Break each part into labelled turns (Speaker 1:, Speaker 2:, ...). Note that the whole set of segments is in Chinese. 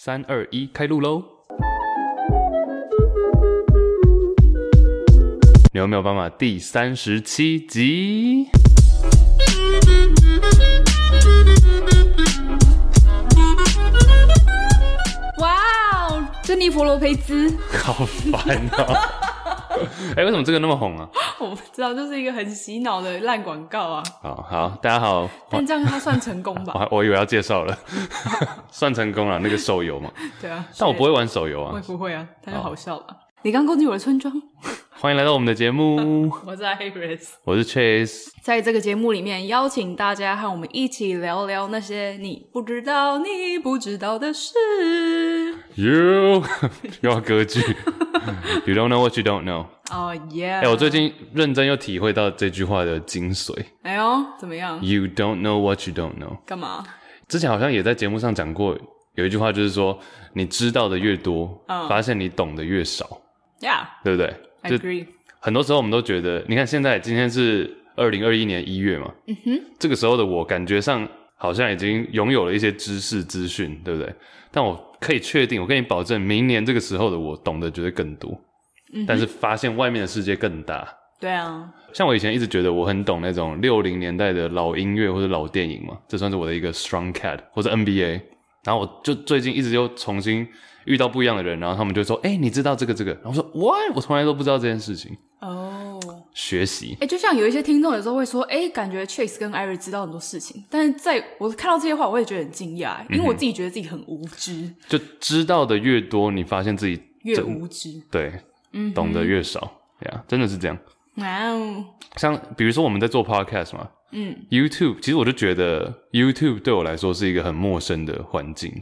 Speaker 1: 三二一，开录喽！牛没有办法，第三十七集。
Speaker 2: 哇哦，珍妮佛罗培兹，
Speaker 1: 好烦啊！ 哎、为什么这个那么红啊？
Speaker 2: 我不知道，就是一个很洗脑的烂广告啊。
Speaker 1: 好好，大家好，我
Speaker 2: 但这样它算成功 吧？
Speaker 1: 我我以为要介绍了， 算成功了那个手游嘛。
Speaker 2: 对啊，
Speaker 1: 但我不会
Speaker 2: 所
Speaker 1: 玩手游
Speaker 2: 以，我也
Speaker 1: 啊。
Speaker 2: 不会啊，它就好笑吧。你刚攻进我的村庄，
Speaker 1: 欢迎来到我们的节目，
Speaker 2: 我是 Iris。
Speaker 1: 我是 Chase。
Speaker 2: 在这个节目里面，邀请大家和我们一起聊聊那些你不知道、你不知道的事。
Speaker 1: You 又要歌剧，You don't know what you don't know。
Speaker 2: 哦耶！
Speaker 1: 哎、我最近认真又体会到这句话的精髓。
Speaker 2: 哎呦，怎么样？
Speaker 1: You don't know what you don't know。
Speaker 2: 干嘛？
Speaker 1: 之前好像也在节目上讲过，有一句话就是说，你知道的越多，
Speaker 2: 嗯
Speaker 1: 发现你懂得越少，
Speaker 2: 呀、
Speaker 1: 对不对？
Speaker 2: yeah,，I agree。
Speaker 1: 很多时候我们都觉得，你看现在今天是二零二一年一月嘛，嗯哼，这个时候的我感觉上好像已经拥有了一些知识资讯，对不对？但我可以确定，我跟你保证，明年这个时候的我懂得绝对更多，但是发现外面的世界更大。
Speaker 2: 对啊，
Speaker 1: 像我以前一直觉得我很懂那种六零年代的老音乐或者老电影嘛，这算是我的一个 strong cat 或者 NBA。然后我就最近一直又重新遇到不一样的人，然后他们就说：“哎、你知道这个这个？”然后我说：“What？我从来都不知道这件事情。
Speaker 2: 哦、”
Speaker 1: 学习
Speaker 2: 哎、就像有一些听众有时候会说，哎、感觉 Chase 跟 Iris 知道很多事情，但是在我看到这些话，我也觉得很惊讶，因为我自己觉得自己很无知，
Speaker 1: 就知道的越多，你发现自己
Speaker 2: 越
Speaker 1: 真
Speaker 2: 无知。
Speaker 1: 对，懂得越少呀真的是这样。
Speaker 2: 哇哦，
Speaker 1: 像比如说我们在做 podcast 嘛，嗯，YouTube，其实我就觉得 YouTube 对我来说是一个很陌生的环境。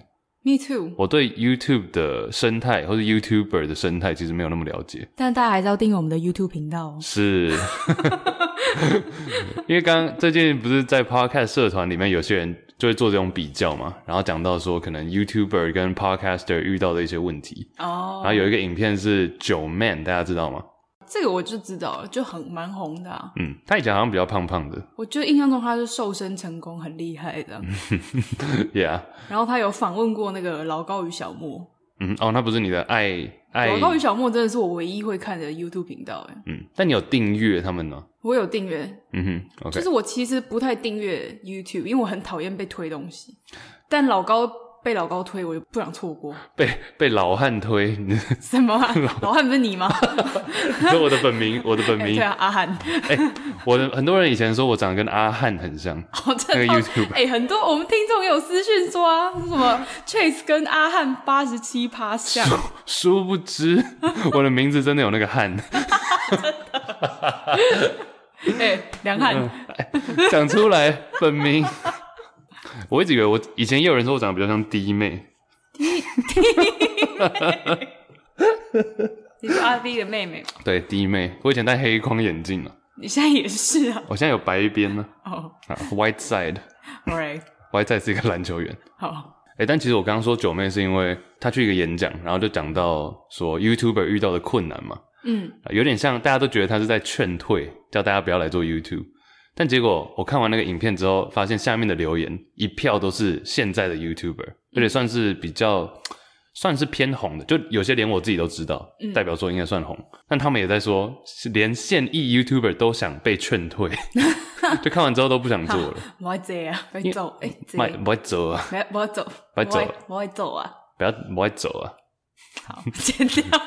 Speaker 2: Me too。
Speaker 1: 我对 YouTube 的生态或者 YouTuber 的生态其实没有那么了解，
Speaker 2: 但大家还是要订阅我们的 YouTube 频道哦。
Speaker 1: 是因为刚最近不是在 Podcast 社团里面，有些人就会做这种比较嘛，然后讲到说可能 YouTuber 跟 Podcaster 遇到的一些问题，
Speaker 2: 哦、
Speaker 1: 然后有一个影片是九 Man，大家知道吗？
Speaker 2: 这个我就知道了，就很蛮红的、啊。
Speaker 1: 嗯，他以前好像比较胖胖的
Speaker 2: 我就印象中他是瘦身成功，很厉害的。
Speaker 1: ，Yeah，
Speaker 2: 然后他有访问过那个老高与小莫，
Speaker 1: 嗯，哦，那不是你的爱爱
Speaker 2: 老，高与小莫真的是我唯一会看的 YouTube 频道。哎，
Speaker 1: 嗯，但你有订阅他们呢？
Speaker 2: 我有订阅，
Speaker 1: 嗯哼，OK，
Speaker 2: 就是我其实不太订阅 YouTube，因为我很讨厌被推东西。但老高被老高推，我就不想错过。
Speaker 1: 被被老汉推， 你
Speaker 2: 什么、啊？老汉不 是你吗？
Speaker 1: 你说我的本名，我的本
Speaker 2: 哎
Speaker 1: 名
Speaker 2: 对，啊，阿汉。
Speaker 1: 哎、我的很多人以前说我长得跟阿汉很像，
Speaker 2: 我真的
Speaker 1: 那个 YouTuber
Speaker 2: 哎、很多我们听众也有私讯说啊，什么 Chase 跟阿汉八十七趴 像，
Speaker 1: 殊不知我的名字真的有那个汉，
Speaker 2: 哎、梁汉。
Speaker 1: 嗯讲出来本名。我一直以为我以前也有人说我长得比较像弟妹，
Speaker 2: 你是阿 V 的妹妹，
Speaker 1: 对弟妹，我以前戴黑框眼镜了，
Speaker 2: 你现在也是啊。
Speaker 1: 我现在有白边呢
Speaker 2: 哦、
Speaker 1: 啊，White Side，White
Speaker 2: a l right，
Speaker 1: Side 是一个篮球员。
Speaker 2: 好，
Speaker 1: 哎、但其实我刚刚说九妹是因为她去一个演讲，然后就讲到说 YouTuber 遇到的困难嘛，
Speaker 2: 嗯，
Speaker 1: 有点像大家都觉得他是在劝退，叫大家不要来做 YouTube。但结果我看完那个影片之后，发现下面的留言一票都是现在的 YouTuber，而且算是比较算是偏红的，就有些连我自己都知道，代表作应该算红。但他们也在说，是连现役 YouTuber 都想被劝退， 就看完之后都不想做了，
Speaker 2: 我要这啊，我要走，哎、这
Speaker 1: 卖不会走啊，
Speaker 2: 我要我要走，
Speaker 1: 不要走
Speaker 2: 我要我要走啊，
Speaker 1: 不要不会走啊，
Speaker 2: 好，剪 掉。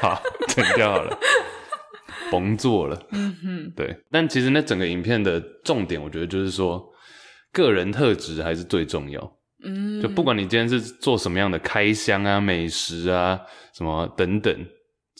Speaker 1: 好，剪掉好了，甭做了。嗯哼，对。但其实那整个影片的重点，我觉得就是说，个人特质还是最重要。
Speaker 2: 嗯，
Speaker 1: 就不管你今天是做什么样的开箱啊、美食啊、什么等等，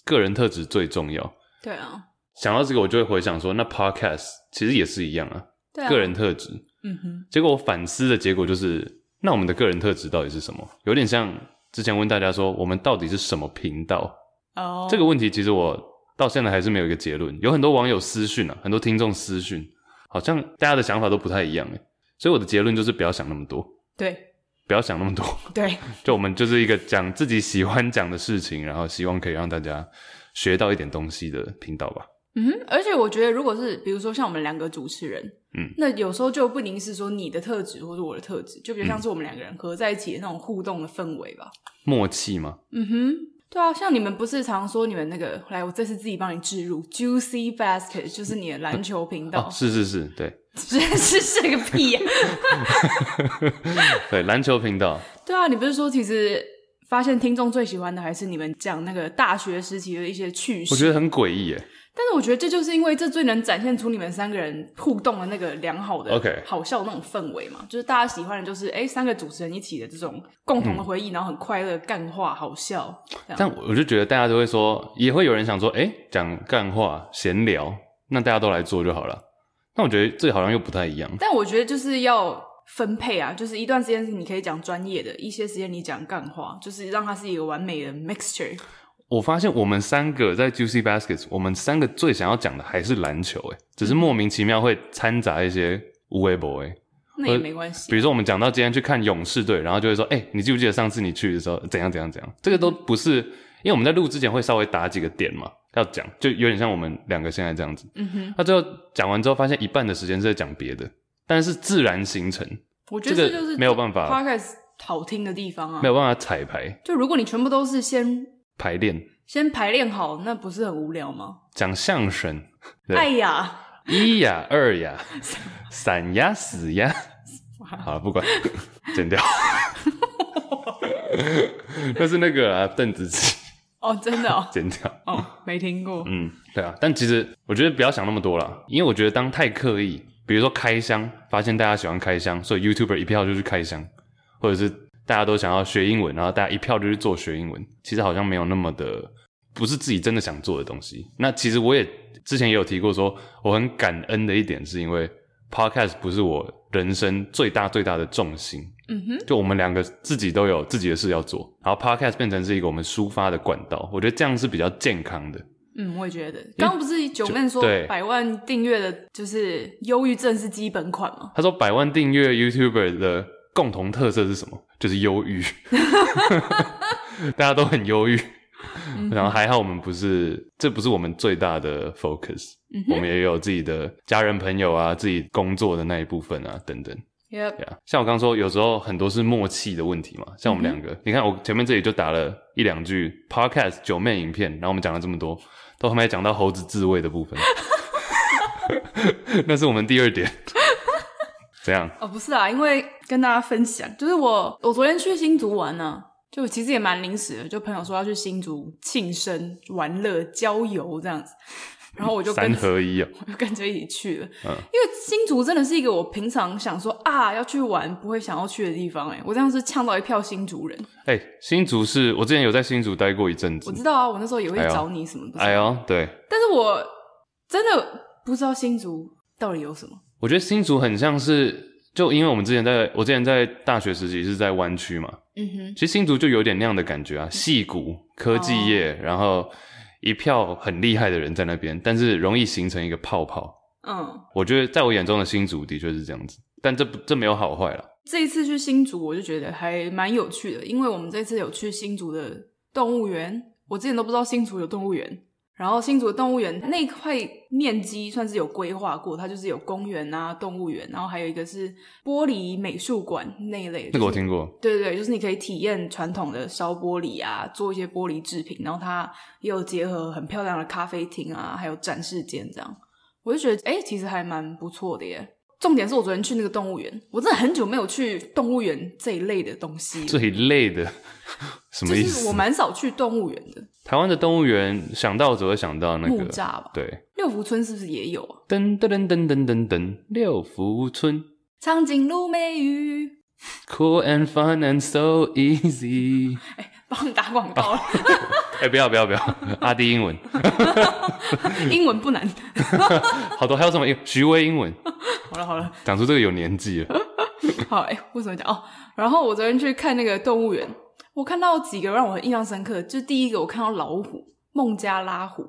Speaker 1: 个人特质最重要。
Speaker 2: 对啊，
Speaker 1: 想到这个，我就会回想说，那 podcast 其实也是一样啊。
Speaker 2: 对啊，
Speaker 1: 个人特质。
Speaker 2: 嗯哼，
Speaker 1: 结果我反思的结果就是，那我们的个人特质到底是什么？有点像之前问大家说，我们到底是什么频道？
Speaker 2: 哦，
Speaker 1: 这个问题其实我到现在还是没有一个结论。有很多网友私讯啊，很多听众私讯，好像大家的想法都不太一样诶。所以我的结论就是不要想那么多，
Speaker 2: 对
Speaker 1: 不要想那么多。
Speaker 2: 对，
Speaker 1: 就我们就是一个讲自己喜欢讲的事情，然后希望可以让大家学到一点东西的频道吧。
Speaker 2: 嗯哼，而且我觉得，如果是比如说像我们两个主持人，
Speaker 1: 嗯，
Speaker 2: 那有时候就不仅是说你的特质或者我的特质，就比较像是我们两个人合在一起的那种互动的氛围吧。
Speaker 1: 默契嘛，
Speaker 2: 嗯哼，对啊，像你们不是常说你们那个，来，我这次自己帮你置入 Juicy Basket，就是你的篮球频
Speaker 1: 哦，
Speaker 2: 道，
Speaker 1: 是是是，对
Speaker 2: 是是是个屁啊呀、
Speaker 1: 对，篮球频 道，
Speaker 2: 对啊，你不是说其实发现听众最喜欢的还是你们讲那个大学时期的一些趣事？啊
Speaker 1: 我觉得很诡异耶。
Speaker 2: 但是我觉得这就是因为这最能展现出你们三个人互动的那个良好的、
Speaker 1: OK
Speaker 2: 好笑的那种氛围嘛，就是大家喜欢的就是哎、诶三个主持人一起的这种共同的回忆，然后很快乐、干话、好笑。这样
Speaker 1: 但我就觉得大家都会说，也会有人想说，哎、讲干话、闲聊，那大家都来做就好了。那我觉得这好像又不太一样。
Speaker 2: 但我觉得就是要分配啊，就是一段时间你可以讲专业的，一些时间你讲干话，就是让它是一个完美的 mixture。
Speaker 1: 我发现我们三个在 Juicy Baskets，我们三个最想要讲的还是篮球、诶只是莫名其妙会掺杂一些无微博，诶
Speaker 2: 那也没关系
Speaker 1: 呃比，如说我们讲到今天去看勇士队，然后就会说，哎、你记不记得上次你去的时候怎样怎样怎样？这个都不是，因为我们在录之前会稍微打几个点嘛，要讲，就有点像我们两个现在这样子。
Speaker 2: 嗯哼，
Speaker 1: 那最后讲完之后，发现一半的时间是在讲别的，但是自然形成，
Speaker 2: 我觉得
Speaker 1: 这个
Speaker 2: 就是
Speaker 1: 没有办法
Speaker 2: podcast 好听的地方啊
Speaker 1: 没。有办法彩排
Speaker 2: 就如果你全部都是先
Speaker 1: 排练。
Speaker 2: 先排练好，那不是很无聊吗？
Speaker 1: 讲相声，对
Speaker 2: 哎呀，
Speaker 1: 一呀二呀，三呀四呀，好了，不管，剪掉。 那是那个啊，邓紫棋，
Speaker 2: 哦，真的哦
Speaker 1: 剪掉。
Speaker 2: 哦，没听过。
Speaker 1: 嗯，对啊，但其实我觉得不要想那么多啦，因为我觉得当太刻意，比如说开箱，发现大家喜欢开箱，所以 YouTuber 一票就去开箱，或者是大家都想要学英文，然后大家一票就去做学英文，其实好像没有那么的，不是自己真的想做的东西。那其实我也之前也有提过说我很感恩的一点是因为 Podcast 不是我人生最大最大的重心，
Speaker 2: 嗯哼，
Speaker 1: 就我们两个自己都有自己的事要做，然后 Podcast 变成是一个我们抒发的管道，我觉得这样是比较健康的。
Speaker 2: 嗯，我也觉得。刚刚不是九妹说
Speaker 1: 对
Speaker 2: 百万订阅的，就是忧郁症是基本款吗？
Speaker 1: 他说百万订阅 YouTuber 的共同特色是什么？就是忧 郁， 大家都很忧郁。
Speaker 2: 嗯
Speaker 1: 然后还好我们不是，这不是我们最大的 focus，、
Speaker 2: 嗯
Speaker 1: 我
Speaker 2: 哼
Speaker 1: 们也有自己的家人朋友啊，自己工作的那一部分啊，等等。
Speaker 2: ，Yep，
Speaker 1: 对啊，像我刚说，有时候很多是默契的问题嘛。像我
Speaker 2: 嗯
Speaker 1: 们两个，你看我前面这里就打了一两句 podcast 九妹影片，然后我们讲了这么多，都还没讲到猴子自卫的部 分，那是我们第二点。怎样？
Speaker 2: 哦，不是啊，因为跟大家分享，就是我我昨天去新竹玩呢、就其实也蛮临时的，就朋友说要去新竹庆生、玩乐、郊游这样子，然后我就
Speaker 1: 三
Speaker 2: 跟
Speaker 1: 合一啊、
Speaker 2: 我就跟着一起去了。
Speaker 1: 嗯
Speaker 2: 因为新竹真的是一个我平常想说啊要去玩不会想要去的地方、欸，我这样是呛到一票新竹人。
Speaker 1: 哎、新竹是我之前有在新竹待过一阵
Speaker 2: 我
Speaker 1: 子。
Speaker 2: 知道啊，我那时候也会
Speaker 1: 哎呦
Speaker 2: 找你什么的，
Speaker 1: 哎呦，对，
Speaker 2: 但是我真的不知道新竹到底有什么。
Speaker 1: 我觉得新竹很像是，就因为我们之前在我之前在大学时期是在湾区嘛，
Speaker 2: 嗯哼，
Speaker 1: 其实新竹就有点那样的感觉
Speaker 2: 嗯
Speaker 1: 啊，戏骨科技业，
Speaker 2: 哦
Speaker 1: 然后一票很厉害的人在那边，但是容易形成一个泡泡。
Speaker 2: 嗯，
Speaker 1: 我觉得在我眼中的新竹的确是这样子，但这不这没有好坏啦。
Speaker 2: 这一次去新竹，我就觉得还蛮有趣的，因为我们这次有去新竹的动物园，我之前都不知道新竹有动物园。然后新竹的动物园那块面积算是有规划过，它就是有公园啊、动物园，然后还有一个是玻璃美术馆那一类的。
Speaker 1: 那个我
Speaker 2: 就是
Speaker 1: 听过，
Speaker 2: 对对对，就是你可以体验传统的烧玻璃啊，做一些玻璃制品，然后它也有结合很漂亮的咖啡厅啊，还有展示间这样。我就觉得，哎、其实还蛮不错的耶。重点是我昨天去那个动物园，我真的很久没有去动物园这一类的东西了，
Speaker 1: 这一类的 什么意
Speaker 2: 就是我
Speaker 1: 思？
Speaker 2: 蛮少去动物园的。
Speaker 1: 台湾的动物园想到只会想到那
Speaker 2: 木
Speaker 1: 个，
Speaker 2: 栅吧，
Speaker 1: 对，
Speaker 2: 六福村是不是也有啊？
Speaker 1: 噔噔噔噔噔噔噔，六福村
Speaker 2: 长颈鹿美鱼，
Speaker 1: ，cool and fun and so easy。
Speaker 2: 帮你打广告了。
Speaker 1: 哎、不要不要不要，阿迪英文，
Speaker 2: 英文不难。
Speaker 1: 好多还有什么英？徐威英文，
Speaker 2: 好了好了，
Speaker 1: 讲出这个有年纪了。
Speaker 2: 好哎、为什么讲哦？然后我昨天去看那个动物园，我看到几个让我很印象深刻，就第一个我看到老虎，孟加拉虎，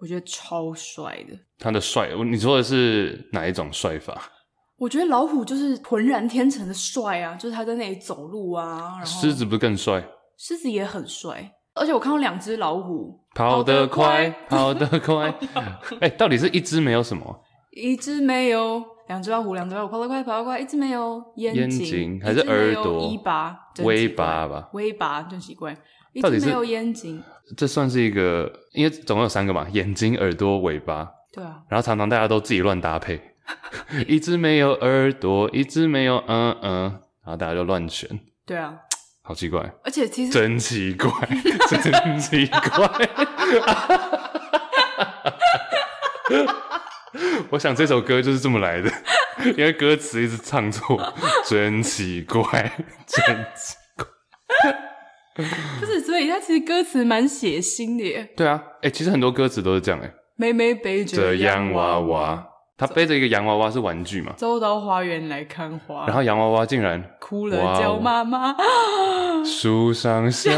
Speaker 2: 我觉得超帅的。
Speaker 1: 他的帅，你说的是哪一种帅法？
Speaker 2: 我觉得老虎就是浑然天成的帅啊，就是他在那里走路啊，然后
Speaker 1: 狮子不是更帅？
Speaker 2: 狮子也很帅，而且我看到两只老虎，
Speaker 1: 跑得
Speaker 2: 得
Speaker 1: 快
Speaker 2: 快，
Speaker 1: 跑得快。 哎、到底是一只没有什么
Speaker 2: 一只没有，两只老虎，两只老虎跑得快，跑得快，一只没有
Speaker 1: 眼
Speaker 2: 眼
Speaker 1: 睛
Speaker 2: 睛，
Speaker 1: 还是
Speaker 2: 一只没有
Speaker 1: 耳朵
Speaker 2: 尾巴、真
Speaker 1: 尾
Speaker 2: 奇怪
Speaker 1: 巴吧？
Speaker 2: 尾巴真奇怪，一
Speaker 1: 到
Speaker 2: 只
Speaker 1: 底是
Speaker 2: 没有眼睛，
Speaker 1: 这算是一个，因为总共有三个嘛，眼睛、耳朵、尾巴，
Speaker 2: 对啊，
Speaker 1: 然后常常大家都自己乱搭 配，一只没有耳朵，一只没有嗯嗯，然后大家就乱选，
Speaker 2: 对啊，
Speaker 1: 好奇怪，
Speaker 2: 而且其实
Speaker 1: 真奇怪，真奇怪。 我想这首歌就是这么来的， 因为歌词一直唱错，真奇怪， 真奇
Speaker 2: 不是，所以它其实歌词蛮血腥的耶，
Speaker 1: 对啊，哎、其实很多歌词都是这样哎、
Speaker 2: 妹妹背
Speaker 1: 这
Speaker 2: 着
Speaker 1: 洋
Speaker 2: 洋
Speaker 1: 娃
Speaker 2: 娃
Speaker 1: 娃，他背着一个洋娃娃是玩具嘛，
Speaker 2: 走到花园来看花，
Speaker 1: 然后洋娃娃竟然
Speaker 2: 哭了
Speaker 1: 哇哦
Speaker 2: 叫妈妈，
Speaker 1: 树上小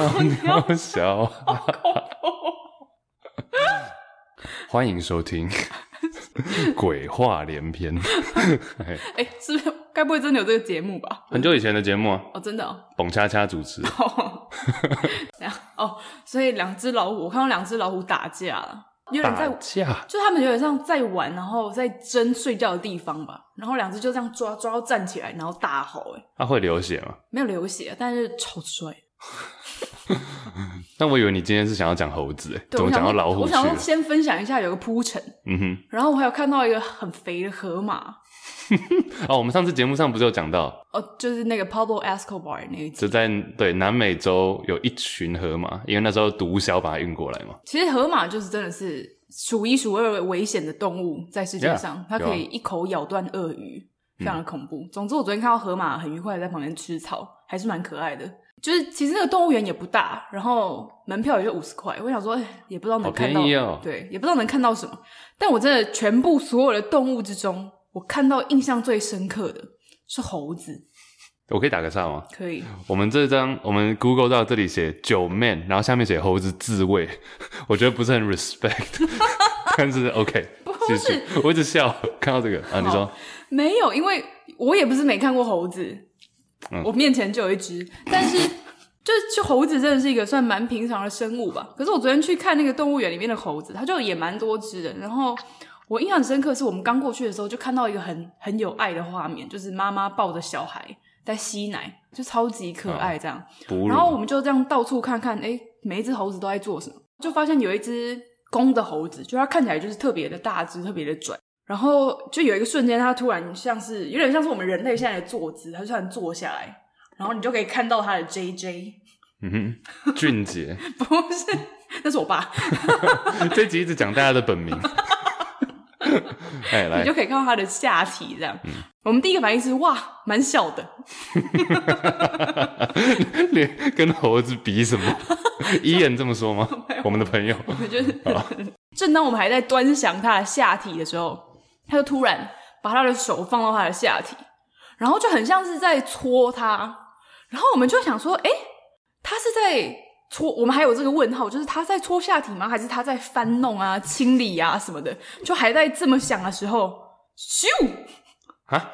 Speaker 1: 鸟小孩，欢迎收听鬼话连篇，嘿
Speaker 2: 哎、是不是？该不会真的有这个节目吧？
Speaker 1: 很久以前的节目啊，
Speaker 2: 哦，真的哦，
Speaker 1: 蹦恰恰主 持，
Speaker 2: 哦，然后哦，所以两只老虎，我看到两只老虎打架了，有点
Speaker 1: 打
Speaker 2: 在，
Speaker 1: 架，
Speaker 2: 就他们有点像在玩，然后在争睡觉的地方吧。然后两只就这样抓抓到站起来，然后大吼，哎，
Speaker 1: 他、会流血吗？
Speaker 2: 没有流血，但是超帅。
Speaker 1: 但我以为你今天是想要讲猴子、欸，
Speaker 2: 对
Speaker 1: 怎么
Speaker 2: 我想
Speaker 1: 讲到
Speaker 2: 说
Speaker 1: 老虎
Speaker 2: 我
Speaker 1: 去
Speaker 2: 想要
Speaker 1: 了？
Speaker 2: 先分享一下有个铺陈，
Speaker 1: 嗯
Speaker 2: 然后我还有看到一个很肥的河马，
Speaker 1: 哼，哦，我们上次节目上不是有讲到，
Speaker 2: 哦，就是那个 Pablo Escobar 那一集。
Speaker 1: 就在对南美洲有一群河马，因为那时候毒枭把它运过来嘛。
Speaker 2: 其实河马就是真的是数一数二危险的动物，在世界上
Speaker 1: Yeah，嗯
Speaker 2: 它可以
Speaker 1: 有
Speaker 2: 一口咬断鳄鱼，非常的恐怖。总之，我昨天看到河马很愉快的在旁边吃草，还是蛮可爱的。就是其实那个动物园也不大，然后门票也就五十块。我想说，哎也不知道能
Speaker 1: 好便
Speaker 2: 看到，
Speaker 1: 宜哦
Speaker 2: 对，也不知道能看到什么。但我真的全部所有的动物之中，我看到印象最深刻的是猴子，
Speaker 1: 我可以打个岔吗？
Speaker 2: 可以，
Speaker 1: 我们这张我们 Google 到这里写九 man，然后下面写猴子自卫， 我觉得不是很 respect，但 是 OK，继续。我一直笑，看到这个啊，你说
Speaker 2: 没有，因为我也不是没看过猴子，
Speaker 1: 嗯
Speaker 2: 我面前就有一只，但是就是就猴子真的是一个算蛮平常的生物吧。可是我昨天去看那个动物园里面的猴子，它就也蛮多只的。然后我印象很深刻是我们刚过去的时候就看到一个很很有爱的画面，就是妈妈抱着小孩在吸奶，就超级可爱这样。
Speaker 1: 哺乳
Speaker 2: 然后我们就这样到处看看，哎、每一只猴子都在做什么，就发现有一只公的猴子，就它看起来就是特别的大只，特别的拽。然后就有一个瞬间，它突然像是有点像是我们人类现在的坐姿，它就突然坐下来，然后你就可以看到它的 J J，
Speaker 1: 嗯哼，俊杰，
Speaker 2: 不是，那是我爸，
Speaker 1: 这集一直讲大家的本 名，哎、
Speaker 2: 你
Speaker 1: 来
Speaker 2: 就可以看到它的下体这样。我们第一个反应是哇，蛮小的，
Speaker 1: 连跟猴子比什 么？伊人这么说吗？我们的朋友，
Speaker 2: 我就是 正当我们还在端详他的下体的时候，他就突然把他的手放到他的下体，然后就很像是在搓他，然后我们就想说，诶，他是在搓，我们还有这个问号，就是他在搓下体吗？还是他在翻弄啊、清理啊什么的？就还在这么想的时候，咻，
Speaker 1: 啊，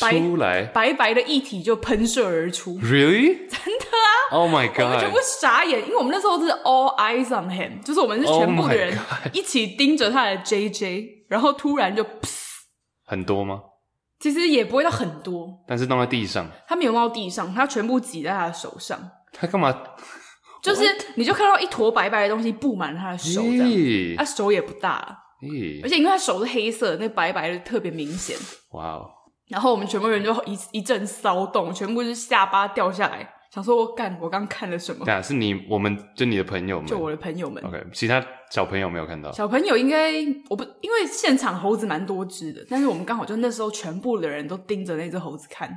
Speaker 2: 白
Speaker 1: 出来
Speaker 2: 白白的液体就喷射而出。
Speaker 1: ，really？真的啊？Oh my
Speaker 2: 我们全
Speaker 1: god！
Speaker 2: 部傻眼，因为我们那时候是 all eyes on him，就是我们是全部的人
Speaker 1: Oh my
Speaker 2: 一起盯着他的 JJ，然后突然就，噗
Speaker 1: 很多吗？
Speaker 2: 其实也不会到很多，
Speaker 1: 但是弄在地上，
Speaker 2: 他没有弄到地上，他全部挤在他的手上，
Speaker 1: 他干嘛？
Speaker 2: 就是你就看到一坨白白的东西布满了他的手，这样，
Speaker 1: 咦
Speaker 2: 他手也不大，
Speaker 1: 咦
Speaker 2: 而且因为他手是黑色的，那白白的特别明显，
Speaker 1: 哇哦！
Speaker 2: 然后我们全部人就一一阵骚动，全部就是下巴掉下来，想说我干，我刚看了什么？
Speaker 1: 那是你，我们就你的朋友们。
Speaker 2: 就我的朋友们。
Speaker 1: OK，其他小朋友没有看到。
Speaker 2: 小朋友应该我不，因为现场猴子蛮多只的，但是我们刚好就那时候全部的人都盯着那只猴子看，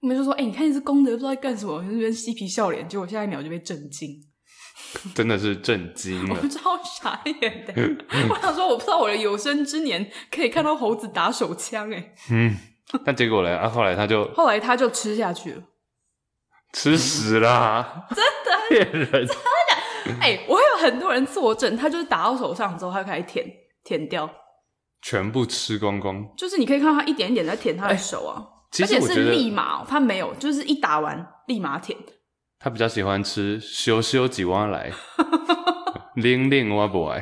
Speaker 2: 我们就说：“哎、你看那只公的不知道在干什么，在那边嬉皮笑脸。”结果下一秒就被震惊，
Speaker 1: 真的是震惊
Speaker 2: 我
Speaker 1: 了。
Speaker 2: 超傻眼的。 我想说，我不知道我的有生之年可以看到猴子打手枪哎、
Speaker 1: 嗯，但结果嘞，啊，后来他就
Speaker 2: 后来他就吃 下去了。
Speaker 1: 吃屎啦，真的 骗人，
Speaker 2: 哎、我有很多人作证，他就是打到手上之后，他就开始舔舔掉，
Speaker 1: 全部吃光光。
Speaker 2: 就是你可以看到他一点一点在舔他的手啊，
Speaker 1: 哎其
Speaker 2: 而
Speaker 1: 实
Speaker 2: 且
Speaker 1: 我觉
Speaker 2: 是
Speaker 1: 得
Speaker 2: 立马、哦，他没有，就是一打完立马舔。
Speaker 1: 他比较喜欢吃羞羞几蛙来，零零蛙 boy，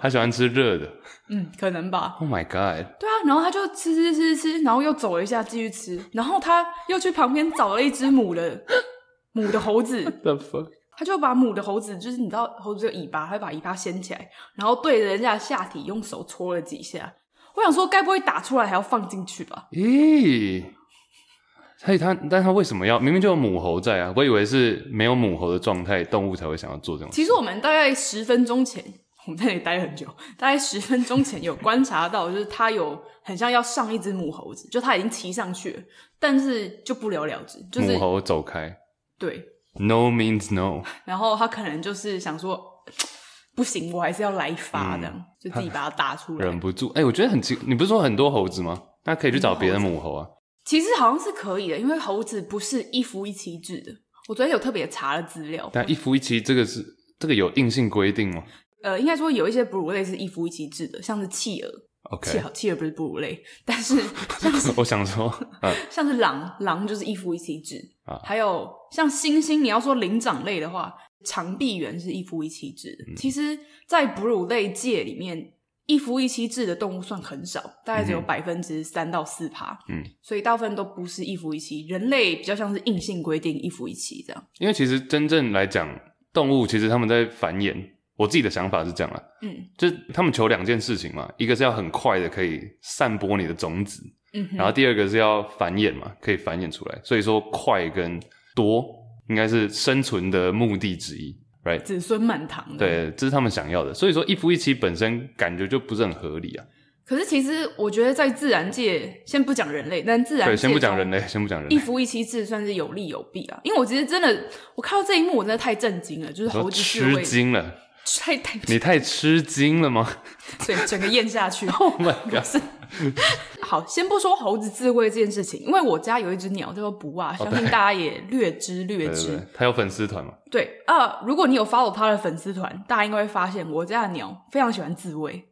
Speaker 1: 他喜欢吃热的。
Speaker 2: 嗯，可能吧。
Speaker 1: Oh my god！
Speaker 2: 对啊，然后他就吃吃吃吃，然后又走了一下继续吃，然后他又去旁边找了一只母 的母的猴子，
Speaker 1: The fuck！
Speaker 2: 他就把母的猴子，就是你知道猴子有尾巴，他就把尾巴掀起来，然后对着人家的下体用手戳了几下。我想说，该不会打出来还要放进去吧？
Speaker 1: 咦，所以他，但他为什么要？明明就有母猴在啊！我以为是没有母猴的状态，动物才会想要做这种事。
Speaker 2: 其实我们大概十分钟前，我们在那里待很久， 大概十分钟前有观察到，就是他有很像要上一只母猴子，就他已经骑上去了，但是就不了了之，就是
Speaker 1: 母猴走开
Speaker 2: 对，
Speaker 1: ，No means no。
Speaker 2: 然后他可能就是想说，不行，我还是要来一发，这样、就自己把它打出
Speaker 1: 嗯
Speaker 2: 来，
Speaker 1: 忍不住。哎、我觉得很奇，你不是说很多猴子吗？那可以去找别的母猴啊。
Speaker 2: 其实好像是可以的，因为猴子不是一夫一妻制的。我昨天有特别查了资料，
Speaker 1: 但一夫一妻这个是这个有硬性规定吗
Speaker 2: 呃，应该说有一些哺乳类是一夫一妻制的，像是企鹅，企
Speaker 1: ？OK，
Speaker 2: 鹅企鹅不是哺乳类，但是 像是
Speaker 1: 我想说，嗯，
Speaker 2: 像是狼，狼就是一夫一妻制，
Speaker 1: 啊
Speaker 2: 还有像猩猩，你要说灵长类的话，长臂猿是一夫一妻制
Speaker 1: 嗯
Speaker 2: 的。其实，在哺乳类界里面，一夫一妻制的动物算很少，大概只有
Speaker 1: 嗯
Speaker 2: 百分之三到四趴，
Speaker 1: 嗯，
Speaker 2: 所以大部分都不是一夫一妻，人类比较像是硬性规定一夫一妻这样。
Speaker 1: 因为其实真正来讲，动物其实他们在繁衍。我自己的想法是这样啦，
Speaker 2: 嗯
Speaker 1: 就是他们求两件事情嘛，一个是要很快的可以散播你的种子，
Speaker 2: 嗯哼，
Speaker 1: 然后第二个是要繁衍嘛，可以繁衍出来。所以说快跟多应该是生存的目的之一，right？
Speaker 2: 子孙满堂的。，
Speaker 1: 对，这是他们想要的。所以说一夫一妻本身感觉就不是很合理啊。
Speaker 2: 可是其实我觉得在自然界，先不讲人类，但自然
Speaker 1: 对，
Speaker 2: 界
Speaker 1: 先不讲人
Speaker 2: 中
Speaker 1: 类，先不讲人
Speaker 2: 一
Speaker 1: 类。
Speaker 2: 夫一妻制算是有利有弊啊，因为我其实真的，我看到这一幕，我真的太震惊了，就是
Speaker 1: 我
Speaker 2: 猴子是
Speaker 1: 吃
Speaker 2: 会
Speaker 1: 惊了，
Speaker 2: 太太，
Speaker 1: 你太吃惊了吗
Speaker 2: 所以整个咽下去。
Speaker 1: ？Oh my god！
Speaker 2: 是，好，先不说猴子自卫这件事情，因为我家有一只鸟叫做不啊，相信大家也略知略
Speaker 1: 对对
Speaker 2: 知。
Speaker 1: 哦对，他有粉丝团嘛？
Speaker 2: 对啊、如果你有 follow 他的粉丝团，大家应该会发现我家的鸟非常喜欢自卫。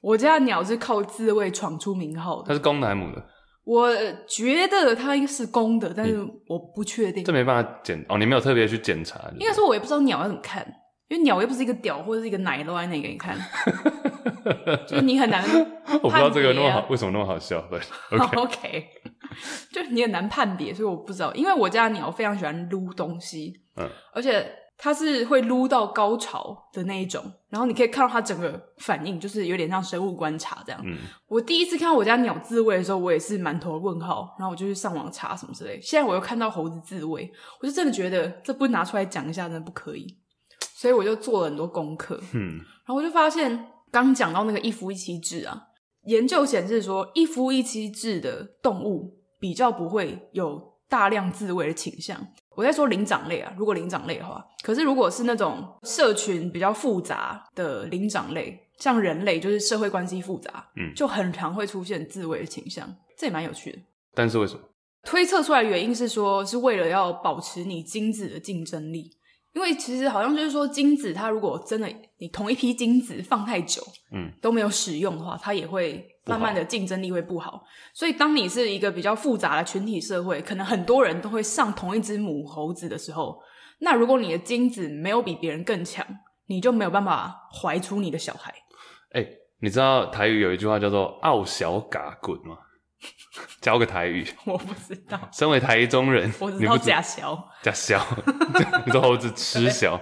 Speaker 2: 我家的鸟是靠自卫闯出名号
Speaker 1: 他
Speaker 2: 的。
Speaker 1: 是公的还是母的？
Speaker 2: 我觉得它应该是公的，但是我不确定
Speaker 1: 这。没办法检哦，你没有特别去检查。就是
Speaker 2: 应该说，我也不知道鸟要怎么看，因为鸟又不是一个屌或者是一个奶露在那里给你 看，就是你很难
Speaker 1: 我不知道这个那么
Speaker 2: 判别啊
Speaker 1: 好，为什么那么好笑？But
Speaker 2: OK，,
Speaker 1: OK，
Speaker 2: 就你很难判别，所以我不知道。因为我家的鸟非常喜欢撸东西，
Speaker 1: 嗯，
Speaker 2: 而且它是会撸到高潮的那一种，然后你可以看到它整个反应，就是有点像生物观察这样。
Speaker 1: 嗯，
Speaker 2: 我第一次看到我家鸟自慰的时候，我也是满头问号，然后我就去上网查什么之类。现在我又看到猴子自慰，我就真的觉得这不拿出来讲一下真的不可以，所以我就做了很多功课。
Speaker 1: 嗯，
Speaker 2: 然后我就发现，刚讲到那个一夫一妻制啊，研究显示说，一夫一妻制的动物比较不会有大量自慰的倾向。我在说灵长类啊，如果灵长类的话，可是如果是那种社群比较复杂的灵长类，像人类就是社会关系复杂，
Speaker 1: 嗯
Speaker 2: 就很常会出现自慰的倾向，这也蛮有趣的。
Speaker 1: 但是为什么？
Speaker 2: 推测出来的原因是说，是为了要保持你精子的竞争力，因为其实好像就是说，精子它如果真的你同一批精子放太久，
Speaker 1: 嗯，
Speaker 2: 都没有使用的话，它也会
Speaker 1: 不好
Speaker 2: 慢慢的竞争力会不好。所以当你是一个比较复杂的群体社会，可能很多人都会上同一只母猴子的时候，那如果你的精子没有比别人更强，你就没有办法怀出你的小孩。
Speaker 1: 哎、你知道台语有一句话叫做“傲小嘎滚”吗？ 教个台语，
Speaker 2: 我不知道，
Speaker 1: 身为台中人，
Speaker 2: 我知
Speaker 1: 你
Speaker 2: 道
Speaker 1: 不知
Speaker 2: 假小。
Speaker 1: 假小， 你说猴子吃小，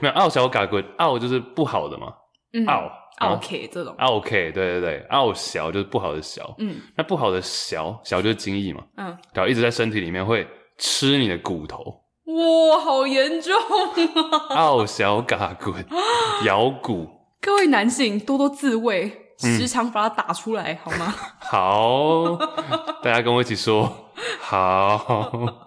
Speaker 1: 没有傲小嘎滚，傲就是不好的嘛，
Speaker 2: 嗯
Speaker 1: 傲
Speaker 2: 傲 K 这种，
Speaker 1: 傲 K，对对对，傲小就是不好的小，
Speaker 2: 嗯
Speaker 1: 那不好的小小就是精液嘛，
Speaker 2: 嗯，
Speaker 1: 然后一直在身体里面会吃你的骨 头，
Speaker 2: 哇，好严重啊！
Speaker 1: 傲小嘎滚， 咬骨，
Speaker 2: 各位男性多多自慰，
Speaker 1: 嗯
Speaker 2: 时常把它打出来、好吗？
Speaker 1: 好， 大家跟我一起说好。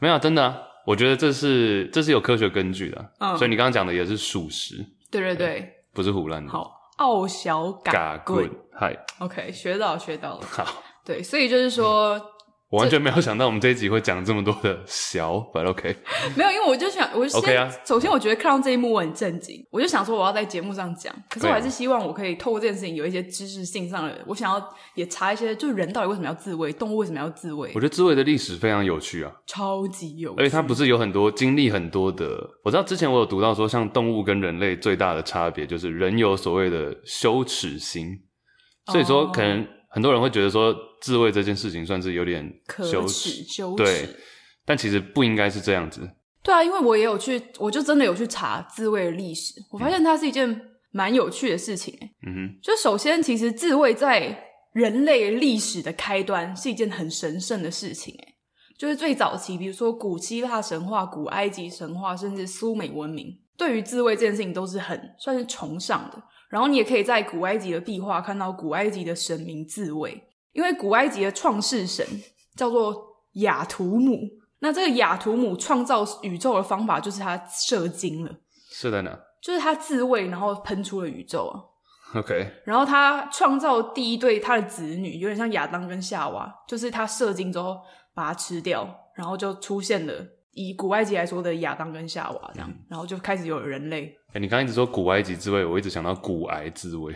Speaker 1: 没有，真的啊、我觉得这是这是有科学根据的，
Speaker 2: 嗯
Speaker 1: 所以你刚刚讲的也是属实，
Speaker 2: 对对对，
Speaker 1: 不是胡乱的。，
Speaker 2: 好，傲小
Speaker 1: 嘎
Speaker 2: 嘎
Speaker 1: 棍
Speaker 2: 棍。，
Speaker 1: 嗨，
Speaker 2: OK，学到了学到了。
Speaker 1: 好，
Speaker 2: 对，所以就是说，
Speaker 1: 我完全没有想到我们这一集会讲这么多的小，but OK，
Speaker 2: 没有，因为我就想，我
Speaker 1: 嗯
Speaker 2: 先
Speaker 1: OK 啊
Speaker 2: 首先我觉得看到这一幕我很震惊，我就想说我要在节目上讲，可是
Speaker 1: 对
Speaker 2: 我
Speaker 1: 啊
Speaker 2: 还是希望我可以透过这件事情有一些知识性上的，我想要也查一些，就是人到底为什么要自慰，动物为什么要自慰
Speaker 1: 我觉，得自卫的历史非常有趣啊，
Speaker 2: 超级有趣。
Speaker 1: 而且它不是有很多经历很多的，我知道之前我有读到说，像动物跟人类最大的差别就是人有所谓的羞耻心，所以说
Speaker 2: 哦
Speaker 1: 可能很多人会觉得说自卫这件事情算是有点
Speaker 2: 可
Speaker 1: 羞
Speaker 2: 耻
Speaker 1: 耻，
Speaker 2: 羞
Speaker 1: 对
Speaker 2: 耻。
Speaker 1: 但其实不应该是这样子。
Speaker 2: 对啊，因为我也有去，我就真的有去查自慰的历史，我发现它是一件蛮有趣的事情、欸。
Speaker 1: 嗯哼，
Speaker 2: 就首先，其实自慰在人类历史的开端是一件很神圣的事情、欸，就是最早期，比如说古希腊神话、古埃及神话，甚至苏美文明，对于自慰这件事情都是很算是崇尚的。然后你也可以在古埃及的壁画看到古埃及的神明自慰，因为古埃及的创世神叫做雅图姆，那这个雅图姆创造宇宙的方法就是他射精了，
Speaker 1: 是的呢。
Speaker 2: 就是他自慰然后喷出了宇宙啊。
Speaker 1: OK，
Speaker 2: 然后他创造第一对他的子女，有点像亚当跟夏娃，就是他射精之后把它吃掉，然后就出现了以古埃及来说的亚当跟夏娃这样，然后就开始有了人类。
Speaker 1: 哎、你刚刚一直说古埃及自卫，我一直想到骨癌自卫。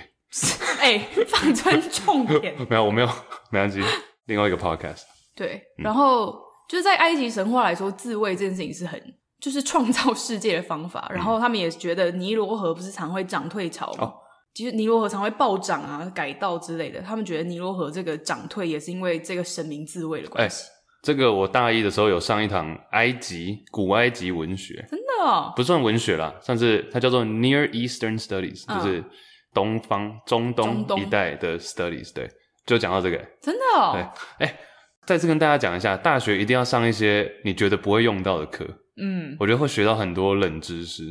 Speaker 2: 哎、放尊重点。
Speaker 1: 没有，我没有，没关系。另外一个 podcast，
Speaker 2: 对，嗯然后、就是在埃及神话来说，自卫这件事情是很就是创造世界的方法。然后他们也觉得尼罗河不是常会涨退潮吗？
Speaker 1: 哦
Speaker 2: 其实尼罗河常会暴涨啊、改道之类的，他们觉得尼罗河这个涨退也是因为这个神明自卫的关系。
Speaker 1: 哎这个我大一的时候有上一堂埃及古埃及文学，
Speaker 2: 真的、哦，
Speaker 1: 不算文学啦，算是它叫做 Near Eastern Studies，、
Speaker 2: 嗯
Speaker 1: 就是东方中东
Speaker 2: 中东
Speaker 1: 一带的 studies。对，就讲到这个。
Speaker 2: 真的
Speaker 1: 对
Speaker 2: 哦，
Speaker 1: 再次跟大家讲一下，大学一定要上一些你觉得不会用到的课，
Speaker 2: 嗯，
Speaker 1: 我觉得会学到很多冷知识。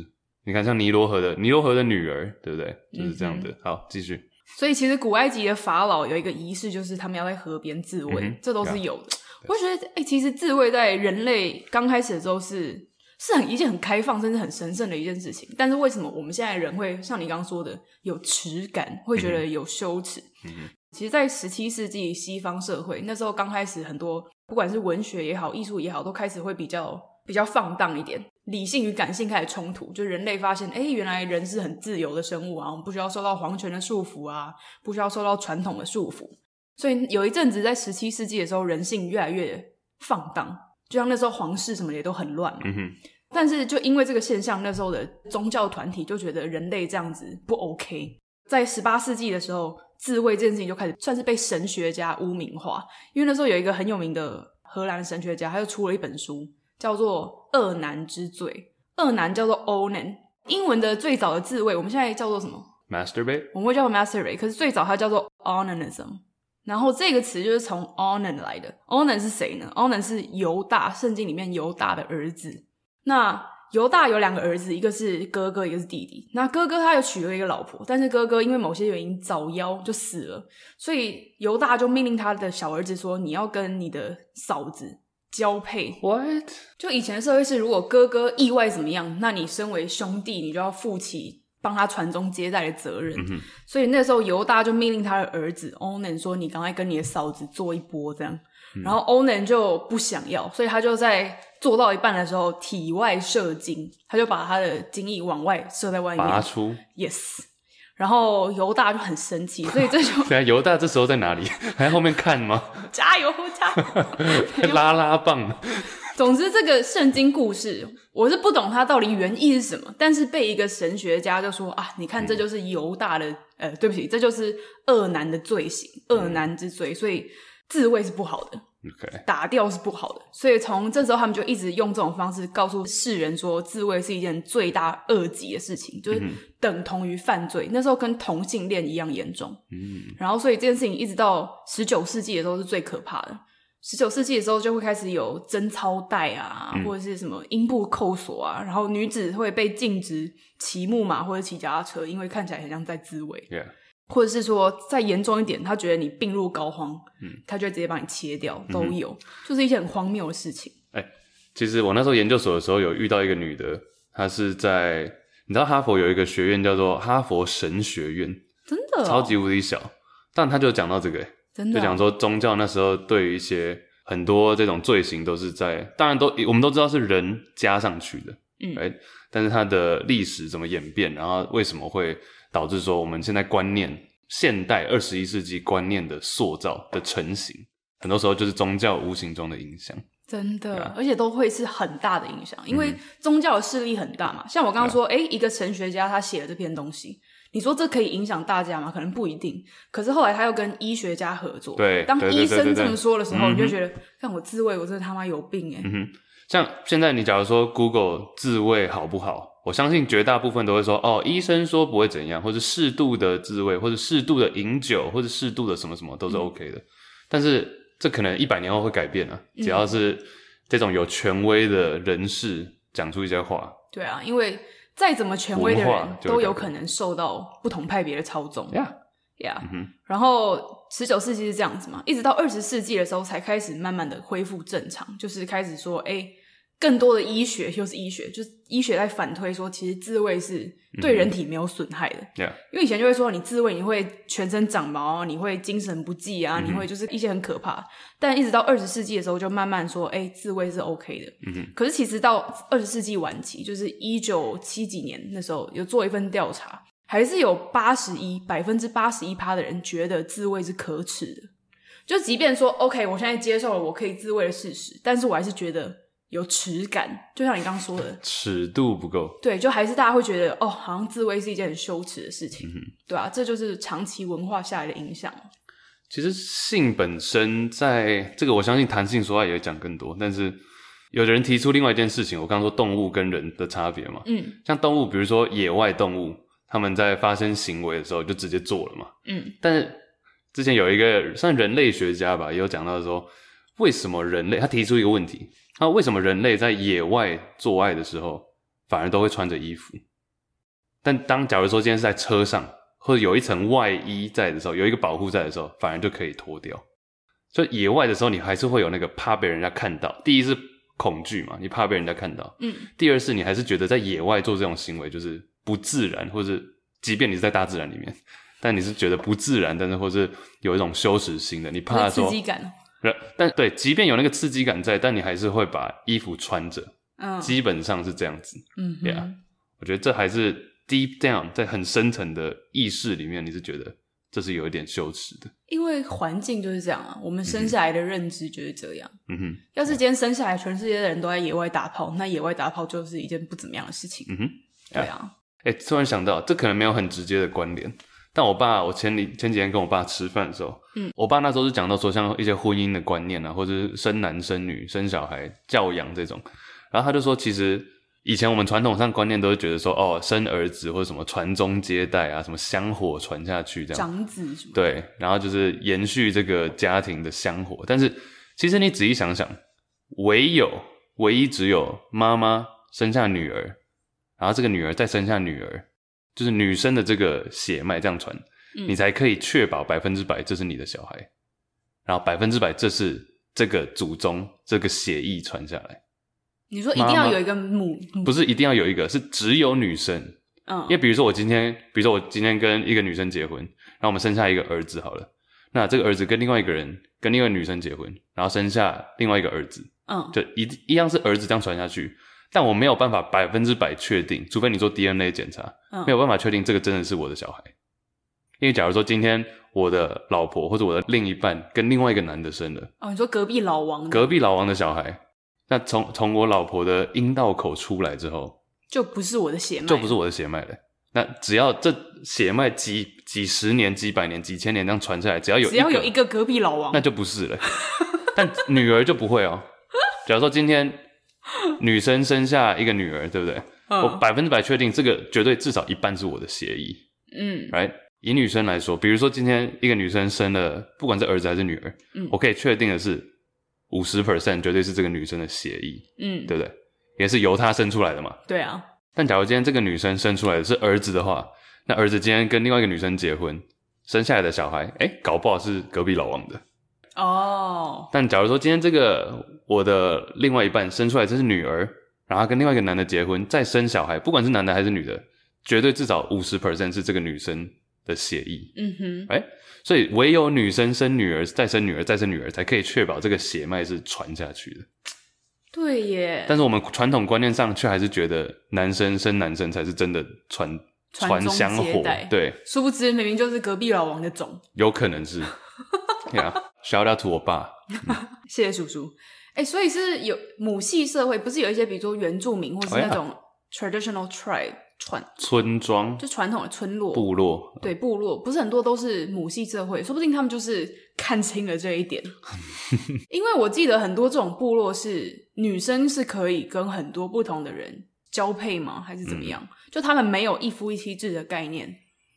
Speaker 1: 你看，像尼罗河的尼罗河的女儿，对不对？就是这
Speaker 2: 嗯
Speaker 1: 样的。好，继续。
Speaker 2: 所以其实古埃及的法老有一个仪式，就是他们要在河边自卫，
Speaker 1: 嗯哼
Speaker 2: 这都是有的。我觉得，哎、其实自卫在人类刚开始的时候是是很一件很开放，甚至很神圣的一件事情。但是为什么我们现在人会像你刚刚说的有耻感，会觉得有羞耻？
Speaker 1: 嗯哼
Speaker 2: 其实，在十七世纪西方社会，那时候刚开始，很多不管是文学也好，艺术也好，都开始会比较比较放荡一点，理性与感性开始冲突。就人类发现，哎，原来人是很自由的生物啊，我们不需要受到皇权的束缚啊，不需要受到传统的束缚。所以有一阵子，在十七世纪的时候，人性越来越放荡，就像那时候皇室什么的也都很乱嘛。
Speaker 1: 嗯哼，
Speaker 2: 但是就因为这个现象，那时候的宗教团体就觉得人类这样子不 OK。在十八世纪的时候，自慰这件事情就开始算是被神学家污名化，因为那时候有一个很有名的荷兰神学家，他就出了一本书，叫做《恶男之罪》，恶男叫做 onan，英文的最早的自慰，我们现在叫做什么？
Speaker 1: masturbate
Speaker 2: 我们会叫 masturbate，可是最早它叫做 onanism。然后这个词就是从 onan 来的。onan 是谁呢？onan 是犹大，圣经里面犹大的儿子。那犹大有两个儿子，一个是哥哥，一个是弟弟。那哥哥他又娶了一个老婆，但是哥哥因为某些原因早夭就死了，所以犹大就命令他的小儿子说：“你要跟你的嫂子交配，
Speaker 1: what？
Speaker 2: 就以前的社会是，如果哥哥意外怎么样，那你身为兄弟，你就要负起帮他传宗接代的责任。
Speaker 1: 嗯哼
Speaker 2: 所以那时候犹大就命令他的儿子 Onan 说：“你赶快跟你的嫂子做一波这样。”
Speaker 1: 嗯
Speaker 2: 然后 Onan 就不想要，所以他就在做到一半的时候体外射精，他就把他的精液往外射在外
Speaker 1: 拔
Speaker 2: 面。
Speaker 1: 出。
Speaker 2: Yes，然后犹大就很生气，所以这就
Speaker 1: 对啊，犹大这时候在哪里？ 还在后面看吗？
Speaker 2: 加油加油。哎
Speaker 1: 拉拉棒。
Speaker 2: 总之，这个圣经故事我是不懂它到底原意是什么，但是被一个神学家就说啊，你看这就是犹大的，呃，对不起，这就是恶男的罪行，恶男之罪，所以自卫是不好的，
Speaker 1: OK，
Speaker 2: 打掉是不好的，所以从这时候他们就一直用这种方式告诉世人说，自卫是一件罪大恶极的事情，就是等同于犯罪，那时候跟同性恋一样严重。
Speaker 1: 嗯，
Speaker 2: 然后所以这件事情一直到十九世纪的时候是最可怕的。十九世纪的时候就会开始有贞操带啊，
Speaker 1: 嗯
Speaker 2: 或者是什么阴部扣锁啊，然后女子会被禁止骑木马或者骑脚踏车，因为看起来很像在自慰，
Speaker 1: yeah，
Speaker 2: 或者是说再严重一点，他觉得你病入膏肓，
Speaker 1: 嗯
Speaker 2: 他就会直接把你切掉，都有，就是一件很荒谬的事情。
Speaker 1: 其实我那时候研究所的时候有遇到一个女的，她是在你知道哈佛有一个学院叫做哈佛神学院，
Speaker 2: 真的哦、
Speaker 1: 超级无敌小，但她就讲到这个、欸
Speaker 2: 真的
Speaker 1: 就
Speaker 2: 哦、
Speaker 1: 讲说宗教那时候对于一些很多这种罪行都是在，当然都我们都知道是人加上去的，
Speaker 2: 嗯
Speaker 1: 哎，但是它的历史怎么演变，然后为什么会导致说我们现在观念现代二十一世纪观念的塑造的成型，很多时候就是宗教无形中的影响。
Speaker 2: 真的
Speaker 1: 对嗯啊
Speaker 2: 而且都会是很大的影响，因为宗教的势力很大嘛。像我刚刚说，
Speaker 1: 啊
Speaker 2: 诶，一个神学家他写了这篇东西，你说这可以影响大家吗？可能不一定。可是后来他又跟医学家合作，
Speaker 1: 对
Speaker 2: 当
Speaker 1: 对对
Speaker 2: 医
Speaker 1: 对
Speaker 2: 生
Speaker 1: 对
Speaker 2: 这
Speaker 1: 对
Speaker 2: 么说的时候，
Speaker 1: 嗯哼
Speaker 2: 你就觉得，看我自慰，我真的他妈有病哎、
Speaker 1: 嗯哼，像现在你假如说 Google 自慰好不好，我相信绝大部分都会说哦，医生说不会怎样，或者适度的自慰，或者适度的饮酒，或者适度的什么什么都是 OK 的。但是这可能一百年后会改变啊，只要是这种有权威的人士讲出一些话，
Speaker 2: 对啊，因为再怎么权威的
Speaker 1: 文化
Speaker 2: 人
Speaker 1: 就会
Speaker 2: 都有
Speaker 1: 改变
Speaker 2: 可能受到不同派别的操纵。
Speaker 1: 呀、
Speaker 2: Yeah，、
Speaker 1: 嗯哼
Speaker 2: 然后十九世纪是这样子嘛，一直到二十世纪的时候才开始慢慢的恢复正常，就是开始说，哎，更多的医学又是医学，就是医学在反推说，其实自慰是
Speaker 1: 嗯
Speaker 2: 对人体没有损害的，
Speaker 1: 呀，
Speaker 2: 因为以前就会说你自慰你会全身长毛，你会精神不济
Speaker 1: 嗯
Speaker 2: 啊，你会就是一些很可怕。但一直到二十世纪的时候，就慢慢说，哎、自慰是 OK 的。
Speaker 1: 嗯哼
Speaker 2: 可是其实到二十世纪晚期，就是一九七几年那时候，有做一份调查，还是有八十一百分之八十一趴的人觉得自慰是可耻的。就即便说 OK，我现在接受了我可以自慰的事实，但是我还是觉得有耻感。就像你刚刚说的，
Speaker 1: 尺度不够。
Speaker 2: 对，就还是大家会觉得哦，好像自慰是一件很羞耻的事
Speaker 1: 嗯
Speaker 2: 情，对啊，这就是长期文化下来的影响。
Speaker 1: 其实性本身在这个，我相信谈性说话也会讲更多，但是。有的人提出另外一件事情，我刚刚说动物跟人的差别嘛，
Speaker 2: 嗯
Speaker 1: 像动物，比如说野外动物，它们在发生行为的时候就直接做了嘛。
Speaker 2: 嗯，
Speaker 1: 但是之前有一个算人类学家吧，也有讲到说，为什么人类他提出一个问题，他为什么人类在野外做爱的时候反而都会穿着衣服？但当假如说今天是在车上，或者有一层外衣在的时候，有一个保护在的时候，反而就可以脱掉。所以野外的时候，你还是会有那个怕被人家看到。第一是恐惧嘛，你怕被人家看到。
Speaker 2: 嗯。
Speaker 1: 第二是你还是觉得在野外做这种行为就是不自然，或是即便你是在大自然里面，但你是觉得不自然，但是或是有一种羞耻心的，你怕
Speaker 2: 有刺
Speaker 1: 说
Speaker 2: 激，感，
Speaker 1: 呃但对，即便有那个刺激感在，但你还是会把衣服穿着，
Speaker 2: 嗯
Speaker 1: 基本上是这样子。
Speaker 2: 嗯哼
Speaker 1: Yeah 我觉得这还是 deep down 在很深层的意识里面，你是觉得这是有一点羞耻的。
Speaker 2: 因为环境就是这样啊，我们生下来的认知就是这样。
Speaker 1: 嗯哼，
Speaker 2: 要是今天生下来全世界的人都在野外打炮，那野外打炮就是一件不怎么样的事情。
Speaker 1: 嗯哼。
Speaker 2: 对啊，
Speaker 1: 哎、突然想到，这可能没有很直接的关联。但我爸，我前里前几天跟我爸吃饭的时候，
Speaker 2: 嗯，
Speaker 1: 我爸那时候是讲到说，像一些婚姻的观念啊，或者是生男生女、生小孩、教养这种。然后他就说，其实以前我们传统上观念都是觉得说，哦，生儿子或者什么传宗接代啊，什么香火传下去这样。
Speaker 2: 长子什么？
Speaker 1: 对，然后就是延续这个家庭的香火。但是其实你仔细想想，唯有唯一只有妈妈生下女儿，然后这个女儿再生下女儿，就是女生的这个血脉这样传，
Speaker 2: 嗯
Speaker 1: 你才可以确保百分之百这是你的小孩，然后百分之百这是这个祖宗这个血裔传下来，
Speaker 2: 你说一定
Speaker 1: 妈妈
Speaker 2: 要有一个母，母
Speaker 1: 不是一定要有一个，是只有女生。
Speaker 2: 嗯
Speaker 1: 因为比如说我今天，比如说我今天跟一个女生结婚，然后我们生下一个儿子好了，那这个儿子跟另外一个人跟另外一个女生结婚，然后生下另外一个儿子，
Speaker 2: 嗯
Speaker 1: 就一一样是儿子这样传下去，但我没有办法百分之百确定，除非你做 DNA 检查，
Speaker 2: 嗯
Speaker 1: 没有办法确定这个真的是我的小孩。因为假如说今天我的老婆或者我的另一半跟另外一个男的生了
Speaker 2: 哦，你说隔壁老王
Speaker 1: 隔壁老王的小孩，那从从我老婆的阴道口出来之后，
Speaker 2: 就不是我的血脉，
Speaker 1: 就不是我的血脉了。那只要这血脉几几十年、几百年、几千年这样传下来，只要有
Speaker 2: 只要
Speaker 1: 一
Speaker 2: 有一个隔壁老王
Speaker 1: 那，就不是了。但女儿就不会哦。假如说今天女生生下一个女儿，对不对？我
Speaker 2: 嗯
Speaker 1: 百分之百确定，这个绝对至少一半是我的协议
Speaker 2: 嗯
Speaker 1: ，right？以女生来说，比如说今天一个女生生了，不管是儿子还是女儿，
Speaker 2: 嗯
Speaker 1: 我可以确定的是，五十 percent 绝对是这个女生的协议，
Speaker 2: 嗯，
Speaker 1: 对不对？也是由她生出来的嘛，
Speaker 2: 对啊，
Speaker 1: 但假如今天这个女生生出来的是儿子的话，那儿子今天跟另外一个女生结婚，生下来的小孩，哎、搞不好是隔壁老王的。
Speaker 2: 哦，
Speaker 1: 但假如说今天这个我的另外一半生出来这是女儿，然后她跟另外一个男的结婚，再生小孩，不管是男的还是女的，绝对至少五十 percent 是这个女生的血裔。
Speaker 2: 嗯哼，
Speaker 1: 所以唯有女生生女儿，再生女儿，再生女儿，才可以确保这个血脉是传下去的。
Speaker 2: 对耶，
Speaker 1: 但是我们传统观念上却还是觉得男生生男生才是真的传
Speaker 2: 传宗
Speaker 1: 香
Speaker 2: 接
Speaker 1: 火
Speaker 2: 代，
Speaker 1: 对，
Speaker 2: 殊不知明明就是隔壁老王的种。
Speaker 1: 有可能是。yeah，shout out to 我爸。
Speaker 2: 谢谢叔叔。哎、所以是有母系社会，不是有一些比如说原住民或是
Speaker 1: 哎呀
Speaker 2: 那种 traditional tribe 传、
Speaker 1: 村庄
Speaker 2: 就传统的村落
Speaker 1: 部落，
Speaker 2: 对部落，不是很多都是母系社会，说不定他们就是看清了这 一点。因为我记得很多这种部落是女生是可以跟很多不同的人交配吗？还是怎么
Speaker 1: 嗯
Speaker 2: 样？就他们没有一夫一妻制的概念，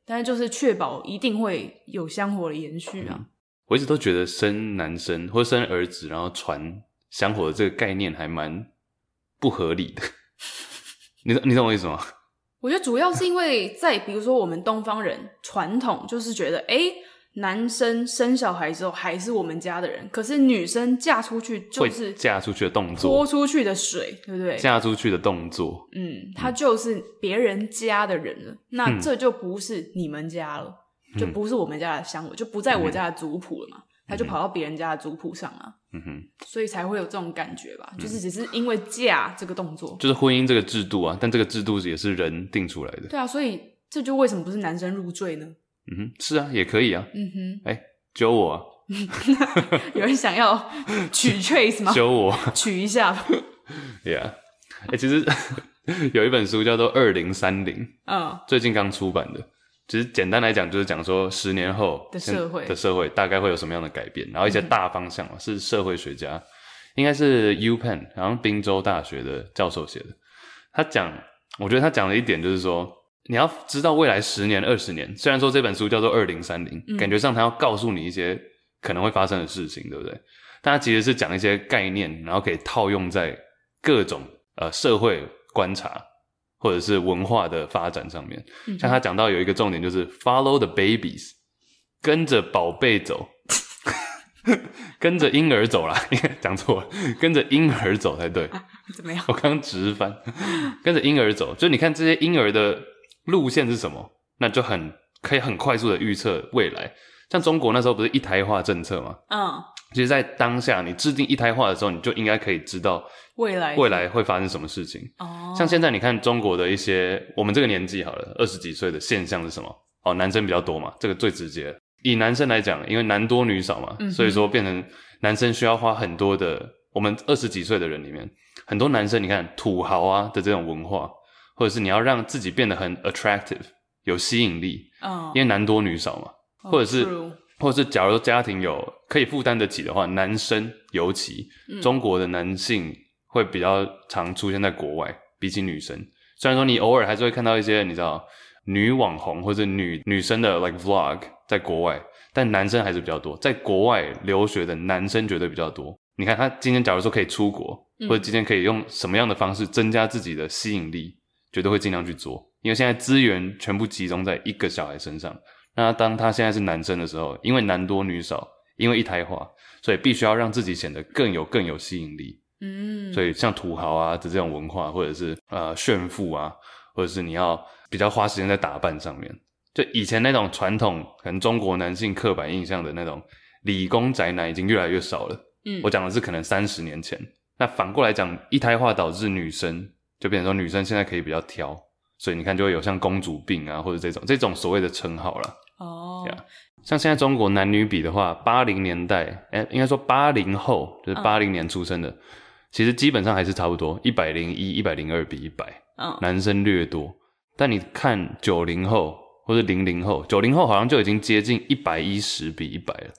Speaker 2: 但是就是确保一定会有香火的延续
Speaker 1: 嗯
Speaker 2: 啊。
Speaker 1: 我一直都觉得生男生或生儿子，然后传香火的这个概念还蛮不合理的。 你懂你懂我意思吗？
Speaker 2: 我觉得主要是因为在比如说我们东方人传统就是觉得，哎、男生生小孩之后还是我们家的人，可是女生嫁出去就
Speaker 1: 会
Speaker 2: 是
Speaker 1: 嫁出去的动作，
Speaker 2: 泼出去的水，对不对？
Speaker 1: 嫁出去的动作，
Speaker 2: 嗯，她就是别人家的人了，那
Speaker 1: 嗯
Speaker 2: 这就不是你们家了，就不是我们家的香火，就不在我家的族谱了嘛，她就跑到别人家的族谱上啊，
Speaker 1: 嗯哼，
Speaker 2: 所以才会有这种感觉吧，就是只是因为嫁这个动作，
Speaker 1: 就是婚姻这个制度啊，但这个制度也是人定出来的。
Speaker 2: 对啊，所以这就为什么不是男生入 赘呢？
Speaker 1: 嗯哼，是啊，也可以啊，
Speaker 2: 嗯哼。
Speaker 1: 揪我、啊，
Speaker 2: 有人想要取 trace 吗？
Speaker 1: 啊揪我
Speaker 2: 取一下吧。
Speaker 1: ，Yeah。哎、其实 有一本书叫做《二零三零》，
Speaker 2: 嗯，
Speaker 1: 最近刚出版的。其实简单来讲，就是讲说十年后
Speaker 2: 的社会嗯
Speaker 1: 的社会大概会有什么样的改变，然后一些大方向嘛，是社会学家，应该是 U Penn，好像宾州大学的教授写的。他讲，我觉得他讲了一点，就是说你要知道未来十年、二十年，虽然说这本书叫做《二零三零》，
Speaker 2: 嗯
Speaker 1: 感觉上他要告诉你一些可能会发生的事情，对不对？但他其实是讲一些概念，然后可以套用在各种呃社会观察或者是文化的发展上面。
Speaker 2: 嗯
Speaker 1: 像他讲到有一个重点就是 follow the babies，跟着宝贝走，跟着婴儿走啦， 应该讲错了，跟着婴儿走才对。
Speaker 2: 怎么样？
Speaker 1: 我刚直翻，跟着婴儿走，就你看这些婴儿的路线是什么，那就很可以很快速的预测未来。像中国那时候不是一胎化政策吗？
Speaker 2: 嗯，
Speaker 1: 其实，在当下你制定一胎化的时候，你就应该可以知道
Speaker 2: 未来，
Speaker 1: 未来会发生什么事情。
Speaker 2: 哦，
Speaker 1: 像现在你看中国的一些，我们这个年纪好了，二十几岁的现象是什么？哦，男生比较多嘛，这个最直接。以男生来讲，因为男多女少嘛，
Speaker 2: 嗯哼
Speaker 1: 所以说变成男生需要花很多的。我们二十几岁的人里面，很多男生你看土豪啊的这种文化，或者是你要让自己变得很 attractive，有吸引力，
Speaker 2: 嗯，
Speaker 1: 因为男多女少嘛，
Speaker 2: 哦
Speaker 1: 或者是
Speaker 2: true
Speaker 1: 或者是假如家庭有可以负担得起的话，男生尤其
Speaker 2: 嗯
Speaker 1: 中国的男性会比较常出现在国外，比起女生。虽然说你偶尔还是会看到一些你知道女网红或者女女生的 like vlog 在国外，但男生还是比较多。在国外留学的男生绝对比较多。你看他今天假如说可以出国，
Speaker 2: 嗯
Speaker 1: 或者今天可以用什么样的方式增加自己的吸引力，绝对会尽量去做。因为现在资源全部集中在一个小孩身上，那当他现在是男生的时候，因为男多女少，因为一胎化，所以必须要让自己显得更有更有吸引力。
Speaker 2: 嗯，
Speaker 1: 所以像土豪啊的这种文化，或者是呃炫富啊，或者是你要比较花时间在打扮上面。就以前那种传统，可能中国男性刻板印象的那种理工宅男，已经越来越少了。
Speaker 2: 嗯，
Speaker 1: 我讲的是可能三十年前。那反过来讲，一胎化导致女生就变成说女生现在可以比较挑，所以你看就会有像公主病啊，或者这种这种所谓的称号了。
Speaker 2: 哦，
Speaker 1: Yeah 像现在中国男女比的话，八零年代，哎、应该说八零后，就是
Speaker 2: 嗯
Speaker 1: 八零年出生的，其实基本上还是差不多，一百零一、一百零二比一百，
Speaker 2: 嗯，
Speaker 1: 男生略多。但你看九零后或者零零后，九零后好像就已经接近一百一十比一百了，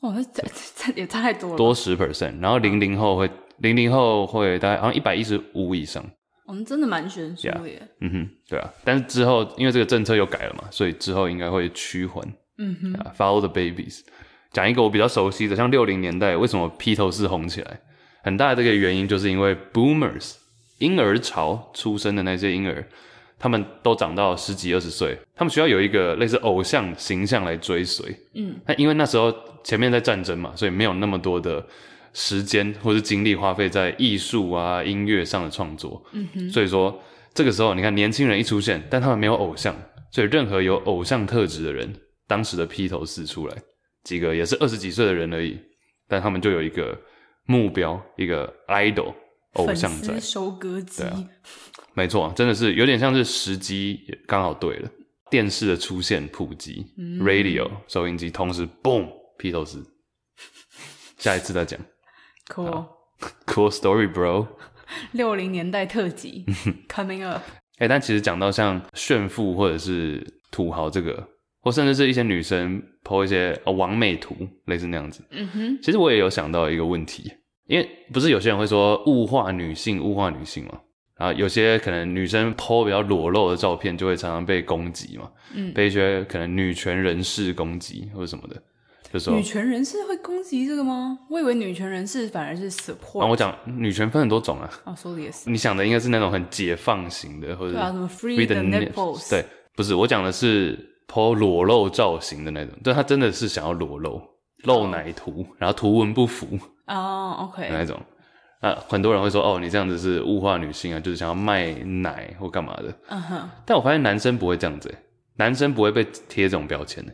Speaker 2: 哦，那这这这也太多了吧，
Speaker 1: 多十 percent。然后零零后会，零零后会大概好像一百一十五以上。
Speaker 2: 我们真的蛮悬殊的耶，
Speaker 1: 嗯哼，对啊。但是之后因为这个政策又改了嘛，所以之后应该会趋缓。
Speaker 2: 嗯哼，
Speaker 1: 啊，Follow the Babies，讲一个我比较熟悉的，像六零年代为什么披头士红起来，很大的这个原因就是因为 Boomers 婴儿潮出生的那些婴儿，他们都长到十几二十岁，他们需要有一个类似偶像形象来追随。
Speaker 2: 嗯，
Speaker 1: 那因为那时候前面在战争嘛，所以没有那么多的时间或是精力花费在艺术啊、音乐上的创作。
Speaker 2: 嗯哼，
Speaker 1: 所以说，这个时候你看年轻人一出现，但他们没有偶像，所以任何有偶像特质的人，当时的披头士出来，几个也是二十几岁的人而已，但他们就有一个目标，一个 idol 偶
Speaker 2: 粉
Speaker 1: 像在
Speaker 2: 丝。收割机
Speaker 1: 对，啊没错，真的是有点像是时机也刚好对了。电视的出现普及、
Speaker 2: 嗯
Speaker 1: r a d i o 收音机同时 boom 披头士， 下一次再讲。
Speaker 2: c o o l
Speaker 1: Cool story, bro。
Speaker 2: 六零年代特 辑 coming up，
Speaker 1: 哎、但其实讲到像炫富或者是土豪这个，或甚至是一些女生 po 一些呃完美图，类似那样子。
Speaker 2: 嗯哼，
Speaker 1: 其实我也有想到一个问题，因为不是有些人会说物化女性，物化女性嘛，然后有些可能女生 po 比较裸露的照片，就会常常被攻击嘛，
Speaker 2: 嗯，
Speaker 1: 被一些可能女权人士攻击或者什么的，就说
Speaker 2: 女。权人士会攻击这个吗？我以为女权人士反而是 support。
Speaker 1: 啊，我讲女权分很多种啊，
Speaker 2: 哦，说的也是，
Speaker 1: 你想的应该是那种很解放型的，或者
Speaker 2: 对啊，什么
Speaker 1: free
Speaker 2: free
Speaker 1: the
Speaker 2: the
Speaker 1: nips
Speaker 2: nipples，
Speaker 1: 对，不是我讲的是剖裸露造型的那种，就他真的是想要裸露，露奶图，然后图文不符的
Speaker 2: 哦
Speaker 1: 那
Speaker 2: ，OK，
Speaker 1: 种。啊，很多人会说哦，你这样子是物化女性啊，就是想要卖奶或干嘛的。
Speaker 2: 嗯哼，
Speaker 1: 但我发现男生不会这样子欸、男生不会被贴这种标签的、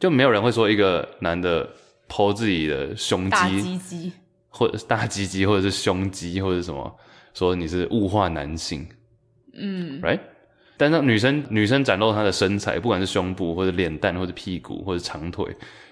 Speaker 1: 就没有人会说一个男的剖自己的胸
Speaker 2: 大
Speaker 1: 肌
Speaker 2: 鸡鸡，
Speaker 1: 或者是大鸡鸡或者是胸肌或者是什么，说你是物化男性。
Speaker 2: 嗯
Speaker 1: right？但是女生女生展露她的身材，不管是胸部或者脸蛋或者屁股或者长腿，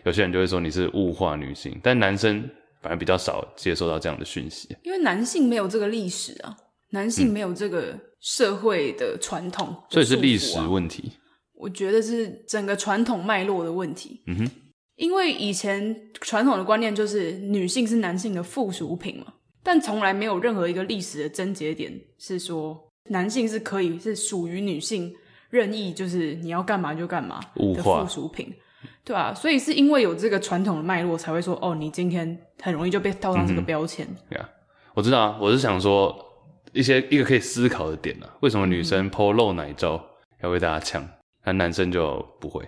Speaker 1: 有些人就会说你是物化女性，但男生反而比较少接收到这样的讯息。
Speaker 2: 因为男性没有这个历史啊，男性没有这个社会的传统、
Speaker 1: 嗯所以
Speaker 2: 的
Speaker 1: 是
Speaker 2: 束
Speaker 1: 历
Speaker 2: 缚
Speaker 1: 史
Speaker 2: 啊
Speaker 1: 问题，
Speaker 2: 我觉得是整个传统脉络的问题。
Speaker 1: 嗯哼，
Speaker 2: 因为以前传统的观念就是女性是男性的附属品嘛，但从来没有任何一个历史的症结点是说男性是可以是属于女性任意，就是你要干嘛就干嘛
Speaker 1: 物
Speaker 2: 的
Speaker 1: 化
Speaker 2: 附属品。对啊，所以是因为有这个传统的脉络，才会说哦，你今天很容易就被套
Speaker 1: 嗯
Speaker 2: 上这个标签。
Speaker 1: 呀、我知道啊，我是想说一些一个可以思考的点啊，为什么女生剖露奶照要被大家呛，那男生就不会？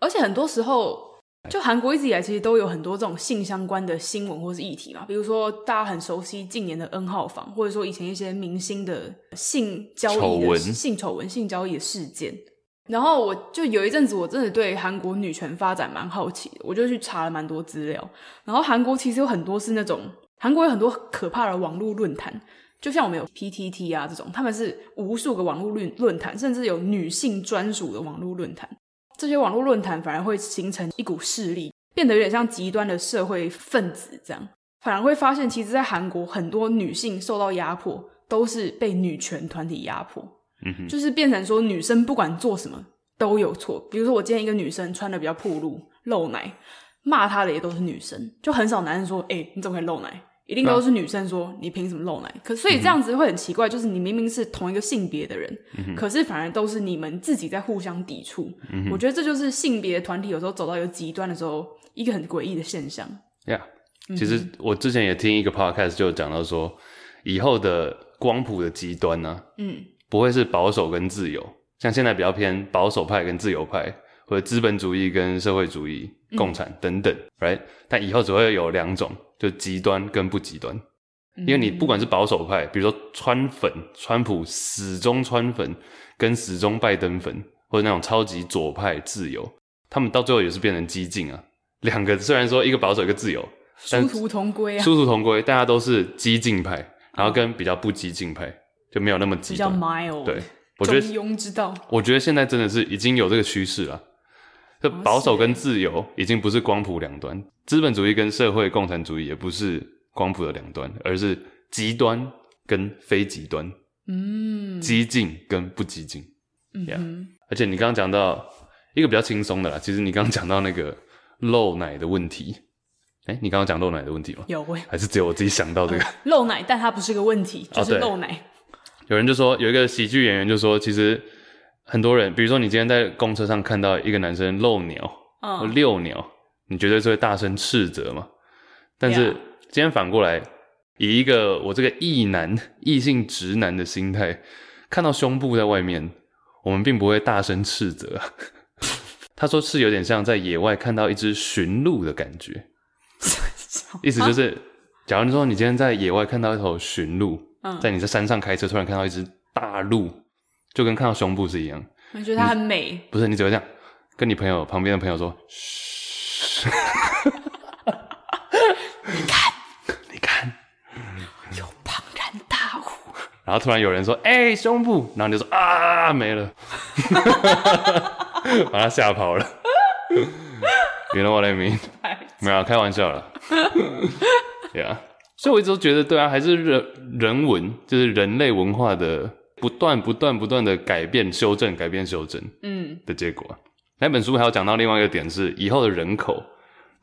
Speaker 2: 而且很多时候，就韩国一直以来其实都有很多这种性相关的新闻或是议题嘛，比如说大家很熟悉近年的 N 号房，或者说以前一些明星的性交易
Speaker 1: 丑
Speaker 2: 的
Speaker 1: 闻
Speaker 2: 性丑闻、性交易的事件。然后我就有一阵子，我真的对韩国女权发展蛮好奇的，我就去查了蛮多资料。然后韩国其实有很多是那种韩国有很多可怕的网络论坛，就像我们有 PTT 啊这种，他们是无数个网络论论坛，甚至有女性专属的网络论坛。这些网络论坛反而会形成一股势力，变得有点像极端的社会分子这样。反而会发现，其实，在韩国很多女性受到压迫，都是被女权团体压迫，
Speaker 1: 嗯哼，
Speaker 2: 就是变成说女生不管做什么都有错。比如说，我今天一个女生穿的比较暴露、露奶，骂她的也都是女生，就很少男生说：“哎、你怎么可以露奶？”一
Speaker 1: 啊
Speaker 2: 定都是女生说：“你凭什么露奶？”可所以
Speaker 1: 嗯
Speaker 2: 这样子会很奇怪，就是你明明是同一个性别的人，可是反而都是你们自己在互相抵触。
Speaker 1: 嗯
Speaker 2: 我觉得这就是性别团体有时候走到一个极端的时候，一个很诡异的现象。
Speaker 1: Yeah，其
Speaker 2: 嗯
Speaker 1: 实我之前也听一个 podcast 就有讲到说，以后的光谱的极端呢、
Speaker 2: 嗯，
Speaker 1: 不会是保守跟自由，像现在比较偏保守派跟自由派，或者资本主义跟社会主义、共产等等、r i g h t 但以后只会有两种，就极端跟不极端。
Speaker 2: 嗯
Speaker 1: 因为你不管是保守派，比如说川粉，川普死忠川粉，跟死忠拜登粉，或者那种超级左派自由，他们到最后也是变成激进啊。两个虽然说一个保守一个自由，但
Speaker 2: 殊途同归啊，
Speaker 1: 殊途同归，大家都是激进派，然后跟比较不激进派就没有那么
Speaker 2: 比
Speaker 1: 极
Speaker 2: 较
Speaker 1: 端。
Speaker 2: mild。
Speaker 1: 对，我觉得
Speaker 2: 中庸之道。
Speaker 1: 我觉得现在真的是已经有这个趋势了，这
Speaker 2: 哦
Speaker 1: 保守
Speaker 2: 是
Speaker 1: 跟自由已经不是光谱两端，资本主义跟社会共产主义也不是光谱的两端，而是极端跟非极端，
Speaker 2: 嗯，
Speaker 1: 激进跟不激进。
Speaker 2: 嗯
Speaker 1: Yeah
Speaker 2: 哼
Speaker 1: 而且你刚刚讲到一个比较轻松的啦，其实你刚刚讲到那个漏奶的问题，哎、你刚刚讲漏奶的问题吗？
Speaker 2: 有喂、
Speaker 1: 还是只有我自己想到这个？
Speaker 2: 漏奶，但它不是个问题，
Speaker 1: 哦
Speaker 2: 就是
Speaker 1: 对
Speaker 2: 漏奶。
Speaker 1: 有人就说，有一个喜剧演员就说，其实很多人，比如说你今天在公车上看到一个男生漏鸟或
Speaker 2: 嗯，
Speaker 1: 遛鸟，呃你绝对是会大声斥责嘛。但是
Speaker 2: Yeah
Speaker 1: 今天反过来，以一个我这个异男、异性直男的心态，看到胸部在外面，我们并不会大声斥责啊。 他说是有点像在野外看到一只驯鹿的感觉，意思就是，假如你说你今天在野外看到一头驯鹿，
Speaker 2: 嗯，
Speaker 1: 在你在山上开车，突然看到一只大鹿，就跟看到胸部是一样，
Speaker 2: 我觉得它很美，
Speaker 1: 不是你只会这样跟你朋友旁边的朋友说，嘘， 你看，你看，
Speaker 2: 有庞然大物。
Speaker 1: 然后突然有人说：“哎、胸部！”然后你就说：“啊，没了， 把他吓跑了。” You know what I mean？没 有啊，开玩笑了。yeah，所以我一直都觉得，对啊，还是人人文，就是人类文化的不断、不断、不断的改变、修正、改变、修正
Speaker 2: 嗯，
Speaker 1: 的结果。那本书还有讲到另外一个点是，以后的人口，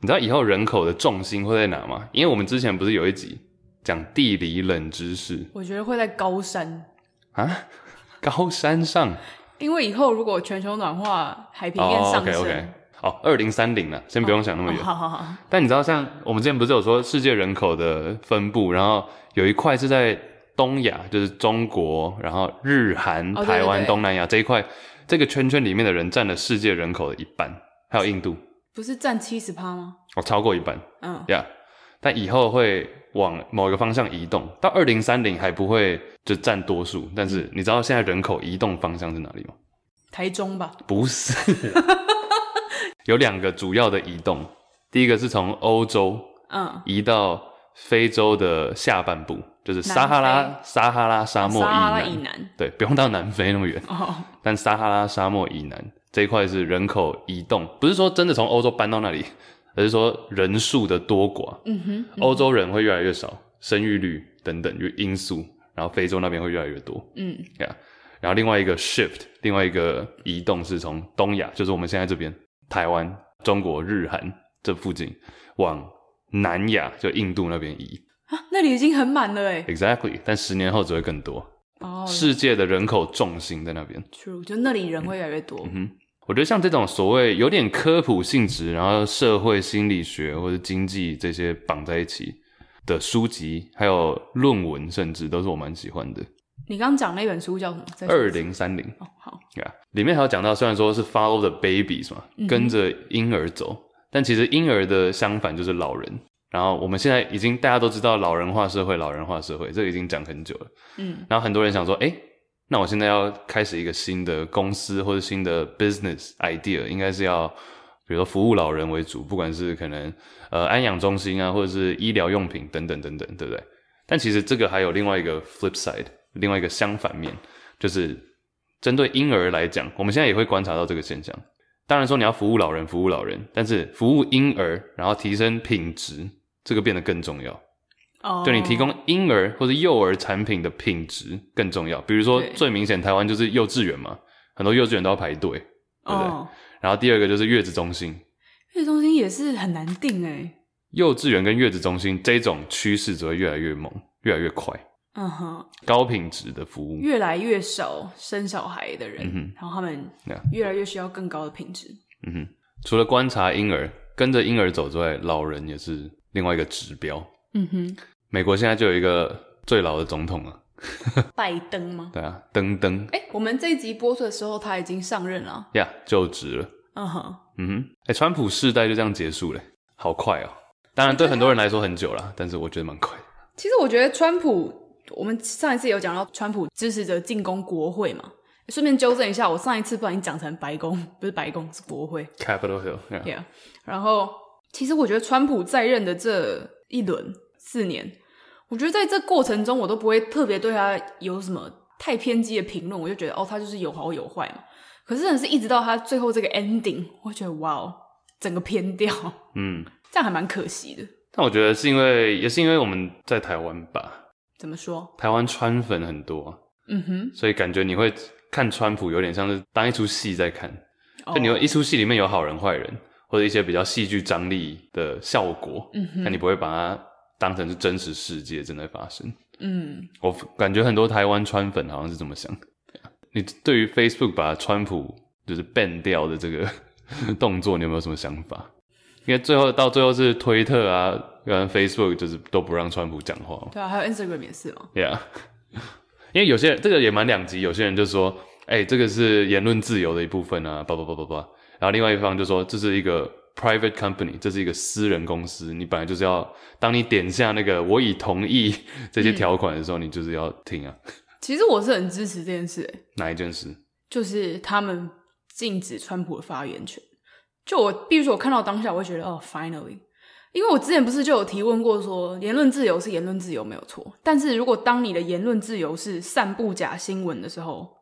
Speaker 1: 你知道以后人口的重心会在哪吗？因为我们之前不是有一集讲地理冷知识。
Speaker 2: 我觉得会在高山，
Speaker 1: 啊，高山上
Speaker 2: 因为以后如果全球暖化，海平面
Speaker 1: 哦
Speaker 2: 上
Speaker 1: ，OK
Speaker 2: 升，
Speaker 1: OK，哦，二零三零了，先不用想那么
Speaker 2: 哦
Speaker 1: 远。
Speaker 2: 好好好，
Speaker 1: 但你知道，像我们之前不是有说世界人口的分布，然后有一块是在东亚，就是中国，然后日韩、
Speaker 2: 哦对对
Speaker 1: 台湾、
Speaker 2: 对
Speaker 1: 东南亚这一块，这个圈圈里面的人占了世界人口的一半，还有印度，
Speaker 2: 不是占七十趴吗？
Speaker 1: 哦，超过一半
Speaker 2: 嗯，
Speaker 1: 呀。Yeah, 但以后会往某一个方向移动，到二零三零还不会就占多数，但
Speaker 2: 嗯
Speaker 1: 是你知道现在人口移动方向是哪里 吗？
Speaker 2: 台中吧，
Speaker 1: 不是，有两个主要的移动，第一个是从欧洲
Speaker 2: 嗯，
Speaker 1: 移到非洲的下半部，就是撒哈
Speaker 2: 南
Speaker 1: 拉撒哈拉沙漠
Speaker 2: 撒哈拉
Speaker 1: 以
Speaker 2: 以
Speaker 1: 南，
Speaker 2: 南，
Speaker 1: 对，不用到南非那么远，
Speaker 2: 哦，
Speaker 1: 但撒哈拉沙漠以南这一块是人口移动，不是说真的从欧洲搬到那里，而是说人数的多寡，
Speaker 2: 嗯哼，
Speaker 1: 欧洲人会越来越少，生育率等等因素，然后非洲那边会越来越多，
Speaker 2: 嗯，
Speaker 1: yeah. 然后另外一个 shift，另外一个移动是从东亚，就是我们现在这边台湾、中国、日韩这附近，往南亚就印度那边移。
Speaker 2: 啊，那里已经很满了哎，
Speaker 1: Exactly，但十年后只会更多，
Speaker 2: 哦，
Speaker 1: 世界的人口重心在那边。
Speaker 2: true，就那里人会越来越多，
Speaker 1: 嗯我觉得像这种所谓有点科普性质，然后社会心理学或者经济这些绑在一起的书籍，还有论文，甚至都是我蛮喜欢的。
Speaker 2: 你刚刚讲那本书叫什么？再说
Speaker 1: 二
Speaker 2: 一次
Speaker 1: 零三零。
Speaker 2: 哦，好，
Speaker 1: 对啊，里面还有讲到，虽然说是 follow the babies 嘛，跟着婴儿走，但其实婴儿的相反就是老人。然后我们现在已经大家都知道老人化社会，老人化社会，这个已经讲很久了。
Speaker 2: 嗯
Speaker 1: 然后很多人想说，哎，那我现在要开始一个新的公司或者新的 business idea，应该是要比如说服务老人为主，不管是可能呃安养中心啊，或者是医疗用品等等等等，对不对？但其实这个还有另外一个 flip side，另外一个相反面，就是针对婴儿来讲，我们现在也会观察到这个现象。当然说你要服务老人，服务老人，但是服务婴儿，然后提升品质，这个变得更重要。
Speaker 2: 哦，
Speaker 1: 对你提供婴儿或者幼儿产品的品质更重要。比如说
Speaker 2: 对
Speaker 1: 最明显，台湾就是幼稚园嘛，很多幼稚园都要排队。对不对
Speaker 2: 哦，
Speaker 1: 然后第二个就是月子中心，
Speaker 2: 月中心也是很难定哎，
Speaker 1: 幼稚园跟月子中心这种趋势只会越来越猛，越来越快，
Speaker 2: 嗯哼，
Speaker 1: 高品质的服务。
Speaker 2: 越来越少生小孩的人，
Speaker 1: 嗯
Speaker 2: 然后他们
Speaker 1: Yeah
Speaker 2: 越来越需要更高的品质。
Speaker 1: 嗯哼，除了观察婴儿、跟着婴儿走之外，老人也是另外一个指标。
Speaker 2: 嗯哼，
Speaker 1: 美国现在就有一个最老的总统啊，
Speaker 2: 拜登吗？
Speaker 1: 对啊，登登
Speaker 2: 哎、我们这一集播出的时候他已经上任了。啊
Speaker 1: 呀就职了。
Speaker 2: 嗯哼，
Speaker 1: 嗯哼，哎、川普世代就这样结束了，好快哦、当然，对很多人来说很久啦，但是我觉得蛮快的。
Speaker 2: 其实我觉得川普，我们上一次有讲到川普支持者进攻国会嘛，顺便纠正一下，我上一次不小心讲成白宫，不是白宫是国会。
Speaker 1: Capitol Hill，、
Speaker 2: Yeah，然后其实我觉得川普在任的这一轮四年，我觉得在这过程中我都不会特别对他有什么太偏激的评论，我就觉得哦，他就是有好有坏嘛。可是真的是一直到他最后这个 ending，我觉得哇哦，整个偏掉，
Speaker 1: 嗯，
Speaker 2: 这样还蛮可惜的。
Speaker 1: 但我觉得是因为也是因为我们在台湾吧，
Speaker 2: 怎么说？
Speaker 1: 台湾川粉很多，
Speaker 2: 嗯哼，
Speaker 1: 所以感觉你会看川普有点像是当一出戏在看，
Speaker 2: 哦
Speaker 1: 就你有一出戏里面有好人坏人，或者一些比较戏剧张力的效果，
Speaker 2: 嗯
Speaker 1: 但
Speaker 2: 哼，
Speaker 1: 你不会把它当成是真实世界正在发生。
Speaker 2: 嗯，
Speaker 1: 我感觉很多台湾川粉好像是这么想。你对于 Facebook 把川普就是 ban 掉的这个 动作，你有没有什么想法？因为最后到最后是推特啊，跟 Facebook 就是都不让川普讲话嘛。
Speaker 2: 对啊，还有 Instagram 也是嘛，
Speaker 1: Yeah，因为有些人这个也蛮两极，有些人就说哎、这个是言论自由的一部分啊，叭叭叭叭叭。然后另外一方就说，这是一个 private company，这是一个私人公司，你本来就是要，当你点下那个我已同意这些条款的时候，你就是要听啊。
Speaker 2: 其实我是很支持这件事、欸
Speaker 1: 哪一件事？
Speaker 2: 就是他们禁止川普的发言权。就我必须说，我看到当下，我会觉得哦，finally，因为我之前不是就有提问过说，言论自由是言论自由没有错，但是如果当你的言论自由是散布假新闻的时候，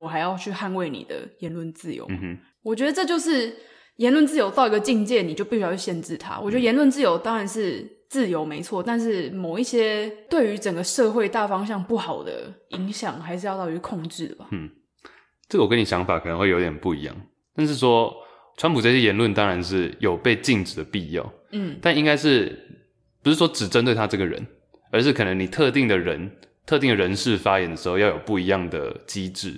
Speaker 2: 我还要去捍卫你的言论自由吗
Speaker 1: 嗯哼，
Speaker 2: 我觉得这就是言论自由到一个境界，你就必须要去限制它。我觉得言论自由当然是自由没错，但是某一些对于整个社会大方向不好的影响，还是要到于控制的吧。
Speaker 1: 这个我跟你想法可能会有点不一样，但是说川普这些言论当然是有被禁止的必要，
Speaker 2: 嗯
Speaker 1: 但应该是不是说只针对他这个人，而是可能你特定的人、特定的人士发言的时候要有不一样的机制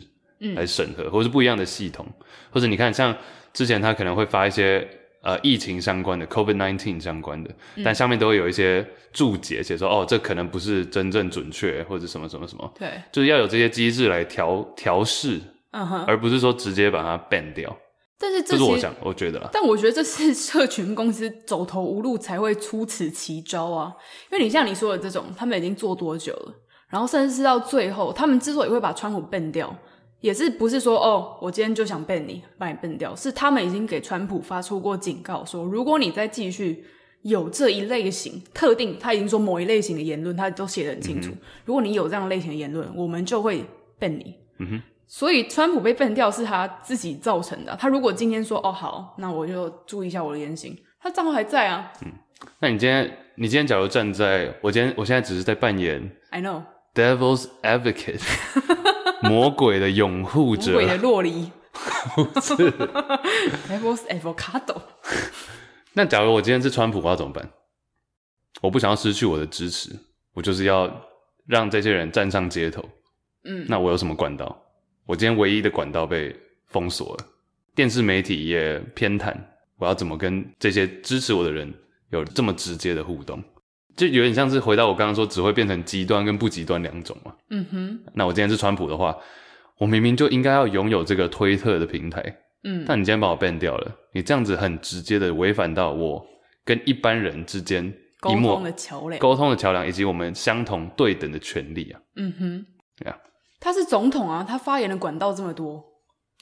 Speaker 1: 来
Speaker 2: 嗯
Speaker 1: 审核，或是不一样的系统，或者你看像之前他可能会发一些呃疫情相关的 COVID nineteen 相关的，但下面都会有一些注解写说哦这可能不是真正准确或者什么什么什么，
Speaker 2: 对，
Speaker 1: 就是要有这些机制来调调试，
Speaker 2: 嗯哼。
Speaker 1: 而不是说直接把它 ban 掉。
Speaker 2: 但是
Speaker 1: 呃这
Speaker 2: 这
Speaker 1: 是我
Speaker 2: 其实
Speaker 1: 想我觉得啦，
Speaker 2: 但我觉得这是 社群公司走投无路才会出此奇招啊！因为你像你说的这种，他们已经做多久了？然后甚至是到最后，他们之所以会把川普 ban 掉，也是不是说哦，我今天就想 ban 你，把你 ban 掉，是他们已经给川普发出过警告说，如果你再继续有这一类型特定，他已经说某一类型的言论，他都写得很
Speaker 1: 嗯
Speaker 2: 清楚。如果你有这样类型的言论，我们就会 ban 你。所以川普被 ban 掉是他自己造成的啊。他如果今天说哦好，那我就注意一下我的言行，他账号还在啊。
Speaker 1: 那你今天你今天假如站在我今天我现在只是在扮演
Speaker 2: I know，
Speaker 1: Devil's Advocate，魔鬼的拥护
Speaker 2: 魔鬼的
Speaker 1: 者。
Speaker 2: 洛梨， 不是 Devil's Avocado。
Speaker 1: 那假如我今天是川普，我要怎么办？我不想要失去我的支持，我就是要让这些人站上街头。
Speaker 2: 嗯，
Speaker 1: 那我有什么管道？我今天唯一的管道被封锁了，电视媒体也偏袒，我要怎么跟这些支持我的人有这么直接的互动？就有点像是回到我刚刚说，只会变成极端跟不极端两种嘛。
Speaker 2: 嗯哼，
Speaker 1: 那我今天是川普的话，我明明就应该要拥有这个推特的平台，
Speaker 2: 嗯，
Speaker 1: 但你今天把我 ban 掉了，你这样子很直接的违反到我跟一般人之间
Speaker 2: 沟
Speaker 1: 一
Speaker 2: 通
Speaker 1: 幕
Speaker 2: 的桥梁。
Speaker 1: 沟通的桥梁，以及我们相同对等的权利啊。
Speaker 2: 嗯哼
Speaker 1: Yeah，
Speaker 2: 他是总统啊，他发言的管道这么多。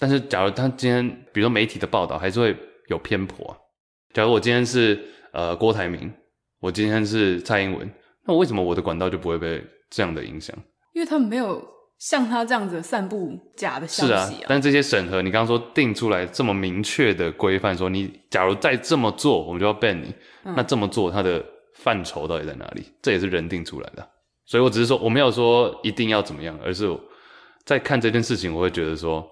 Speaker 1: 但是，假如他今天，比如说媒体的报道，还是会有偏颇啊、假如我今天是呃郭台铭，我今天是蔡英文，那为什么我的管道就不会被这样的影响？
Speaker 2: 因为他们没有像他这样子散布假的消
Speaker 1: 是啊
Speaker 2: 息，啊。
Speaker 1: 但这些审核，你刚刚说定出来这么明确的规范，说你假如再这么做，我们就要 ban 你。
Speaker 2: 嗯
Speaker 1: 那这么做它的范畴到底在哪里？这也是人定出来的啊。所以我只是说，我没有说一定要怎么样，而是我在看这件事情，我会觉得说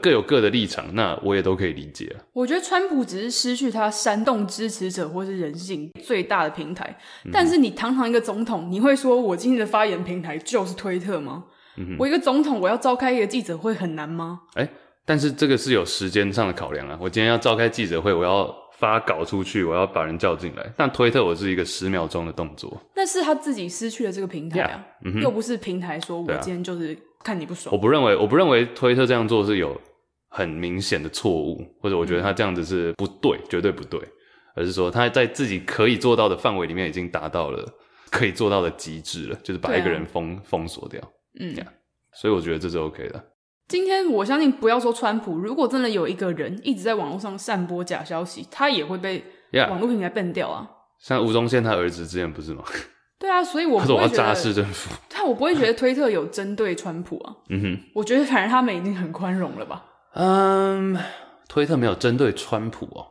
Speaker 1: 各有各的立场，那我也都可以理解啊。
Speaker 2: 我觉得川普只是失去他煽动支持者或是人性最大的平台，
Speaker 1: 嗯
Speaker 2: 但是你堂堂一个总统，你会说我今天的发言平台就是推特吗？
Speaker 1: 嗯
Speaker 2: 我一个总统，我要召开一个记者会很难吗？
Speaker 1: 但是这个是有时间上的考量啊。我今天要召开记者会，我要发稿出去，我要把人叫进来。但推特我是一个十秒钟的动作，
Speaker 2: 那是他自己失去了这个平台啊
Speaker 1: Yeah，嗯哼
Speaker 2: 又不是平台说我
Speaker 1: 对啊
Speaker 2: 今天就是看你不
Speaker 1: 我
Speaker 2: 爽。
Speaker 1: 不认为，我不认为推特这样做是有很明显的错误，或者我觉得他这样子是不
Speaker 2: 嗯
Speaker 1: 对，绝对不对，而是说他在自己可以做到的范围里面已经达到了可以做到的极致了，就是把
Speaker 2: 对啊
Speaker 1: 一个人封、封锁掉。
Speaker 2: 嗯，
Speaker 1: 所以我觉得这是 OK 的。
Speaker 2: 今天我相信，不要说川普，如果真的有一个人一直在网络上散播假消息，他也会被
Speaker 1: Yeah，
Speaker 2: 网络平台ban 掉啊。
Speaker 1: 像吴宗宪他儿子之前不是吗？
Speaker 2: 对啊，所以我
Speaker 1: 他
Speaker 2: 不
Speaker 1: 说我
Speaker 2: 会
Speaker 1: 要
Speaker 2: 觉
Speaker 1: 炸市
Speaker 2: 得，
Speaker 1: 政府。
Speaker 2: 但我不会觉得推特有针对川普啊。
Speaker 1: 嗯哼。
Speaker 2: 我觉得反正他们已经很宽容了吧？
Speaker 1: 嗯，推特没有针对川普哦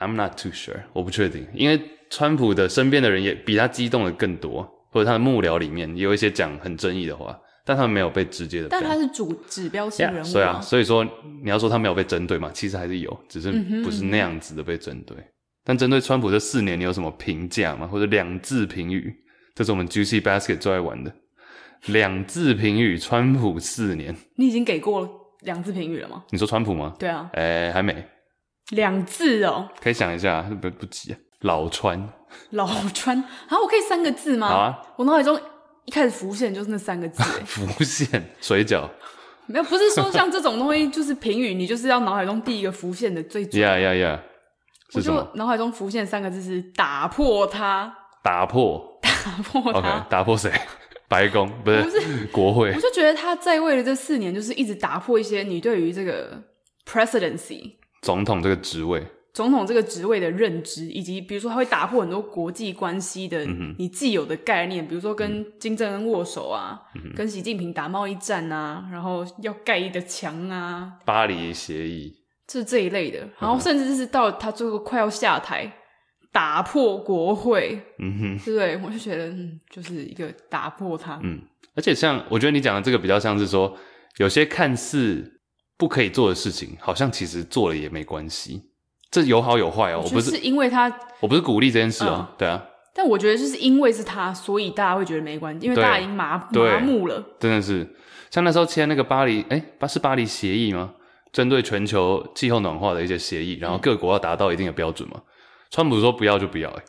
Speaker 1: ，I'm not too sure，我不确定，因为川普的身边的人也比他激动的更多，或者他的幕僚里面也有一些讲很争议的话，但他们没有被直接的，
Speaker 2: 但他是主指标性人
Speaker 1: 啊 Yeah，
Speaker 2: 物
Speaker 1: 所以啊，所以说你要说他没有被针对嘛，其实还是有，只是
Speaker 2: 嗯
Speaker 1: 不是那样子的被针对。但针对川普这四年，你有什么评价吗？或者两字评语？这是我们 Juicy Basket 最爱玩的两字评语。川普四年，
Speaker 2: 你已经给过两字评语了吗？
Speaker 1: 你说川普吗？
Speaker 2: 对啊，
Speaker 1: 哎、还没。
Speaker 2: 两字哦，
Speaker 1: 可以想一下，不不急、啊，老川
Speaker 2: 老川。啊，我可以三个字吗？
Speaker 1: 好啊，
Speaker 2: 我脑海中一开始浮现就是那三个字、欸
Speaker 1: 浮现水饺，
Speaker 2: 没有，不是说像这种东西，就是评语，你就是要脑海中第一个浮现的最准。
Speaker 1: Yeah, yeah, yeah。
Speaker 2: 我
Speaker 1: 是什
Speaker 2: 就
Speaker 1: 么？
Speaker 2: 脑海中浮现三个字是打破它，
Speaker 1: 打破
Speaker 2: 打破
Speaker 1: ？OK，
Speaker 2: 它。
Speaker 1: 打破谁？ 白宫不是
Speaker 2: 不是
Speaker 1: 国会
Speaker 2: 我就觉得他在位的这四年，就是一直打破一些你对于这个 presidency
Speaker 1: 总统这个职位？
Speaker 2: 总统这个职位的认知，以及比如说他会打破很多国际关系的
Speaker 1: 嗯哼
Speaker 2: 你既有的概念，比如说跟金正恩握手啊，
Speaker 1: 嗯
Speaker 2: 跟习近平打贸易战啊，然后要盖一个墙啊，
Speaker 1: 巴黎协议
Speaker 2: 是这一类
Speaker 1: 嗯
Speaker 2: 的。然后甚至是到他最后快要下台，打破国会，
Speaker 1: 嗯哼。
Speaker 2: 对不对？我就觉得、嗯、就是一个打破它。
Speaker 1: 嗯而且像我觉得你讲的这个比较像是说，有些看似不可以做的事情，好像其实做了也没关系。这有好有坏哦，我
Speaker 2: 我觉
Speaker 1: 不
Speaker 2: 得
Speaker 1: 是
Speaker 2: 是嗯因为他，
Speaker 1: 我不是鼓励这件事哦，对啊，
Speaker 2: 但我觉得就是因为是他，所以大家会觉得没关系，因为
Speaker 1: 对
Speaker 2: 大家已经麻
Speaker 1: 对
Speaker 2: 麻木了。
Speaker 1: 真的是像那时候签那个巴黎，哎，巴是巴黎协议吗？针对全球气候暖化的一些协议，然后各国要达到一定的标准嘛。川普说不要就不要、哎，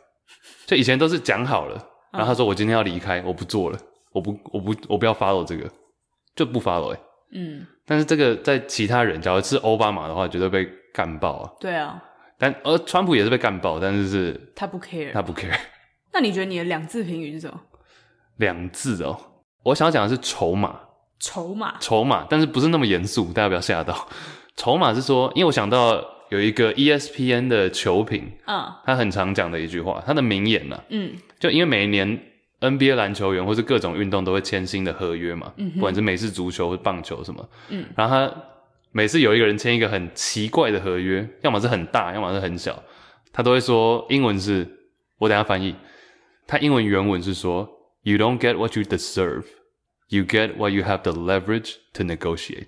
Speaker 1: 就以前都是讲好了，然后他说我今天要离开，我不做了，我不我不我不要 follow 这个，就不 follow 哎、
Speaker 2: 嗯，
Speaker 1: 但是这个在其他人，假如是奥巴马的话，绝对被干爆啊。
Speaker 2: 对啊，
Speaker 1: 但而川普也是被干爆，但是是
Speaker 2: 他不 care。
Speaker 1: 他不 care
Speaker 2: 那你觉得你的两字评语是什么？
Speaker 1: 两字哦。我想要讲的是筹码，
Speaker 2: 筹码
Speaker 1: 筹码，但是不是那么严肃，大家不要吓到。 筹码是说，因为我想到有一个 E ESPN 的球评，
Speaker 2: 啊，
Speaker 1: 他很常讲的一句话，他的名言呢、啊，
Speaker 2: 嗯
Speaker 1: 就因为每一年 NBA 篮球员或是各种运动都会签新的合约嘛，不管是美式足球、棒球什么，
Speaker 2: 嗯，
Speaker 1: 然后他每次有一个人签一个很奇怪的合约，要么是很大，要么是很小，他都会说英文是，我等一下翻译，他英文原文是说，You don't get what you deserve, you get what you have the leverage to negotiate，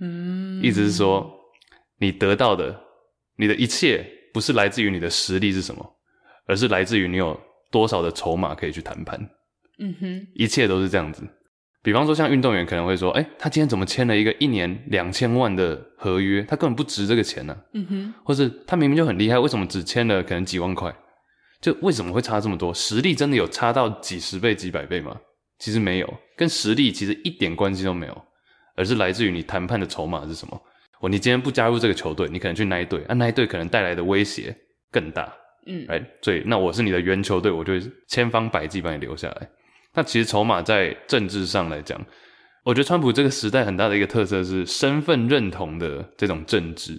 Speaker 2: 嗯，
Speaker 1: 意思是说你得到的，你的一切不是来自于你的实力是什么，而是来自于你有多少的筹码可以去谈判。
Speaker 2: 嗯哼，
Speaker 1: 一切都是这样子。比方说，像运动员可能会说：“哎、他今天怎么签了一个一年两千万的合约？他根本不值这个钱啊呢、
Speaker 2: 嗯哼，
Speaker 1: 或是他明明就很厉害，为什么只签了可能几万块？就为什么会差这么多？实力真的有差到几十倍、几百倍吗？其实没有，跟实力其实一点关系都没有，而是来自于你谈判的筹码是什么。哦，你今天不加入这个球队，你可能去那一队，啊，那一队可能带来的威胁更大。
Speaker 2: 嗯，
Speaker 1: 哎，所以那我是你的原球队，我就会千方百计把你留下来。那其实筹码在政治上来讲，我觉得川普这个时代很大的一个特色是身份认同的这种政治，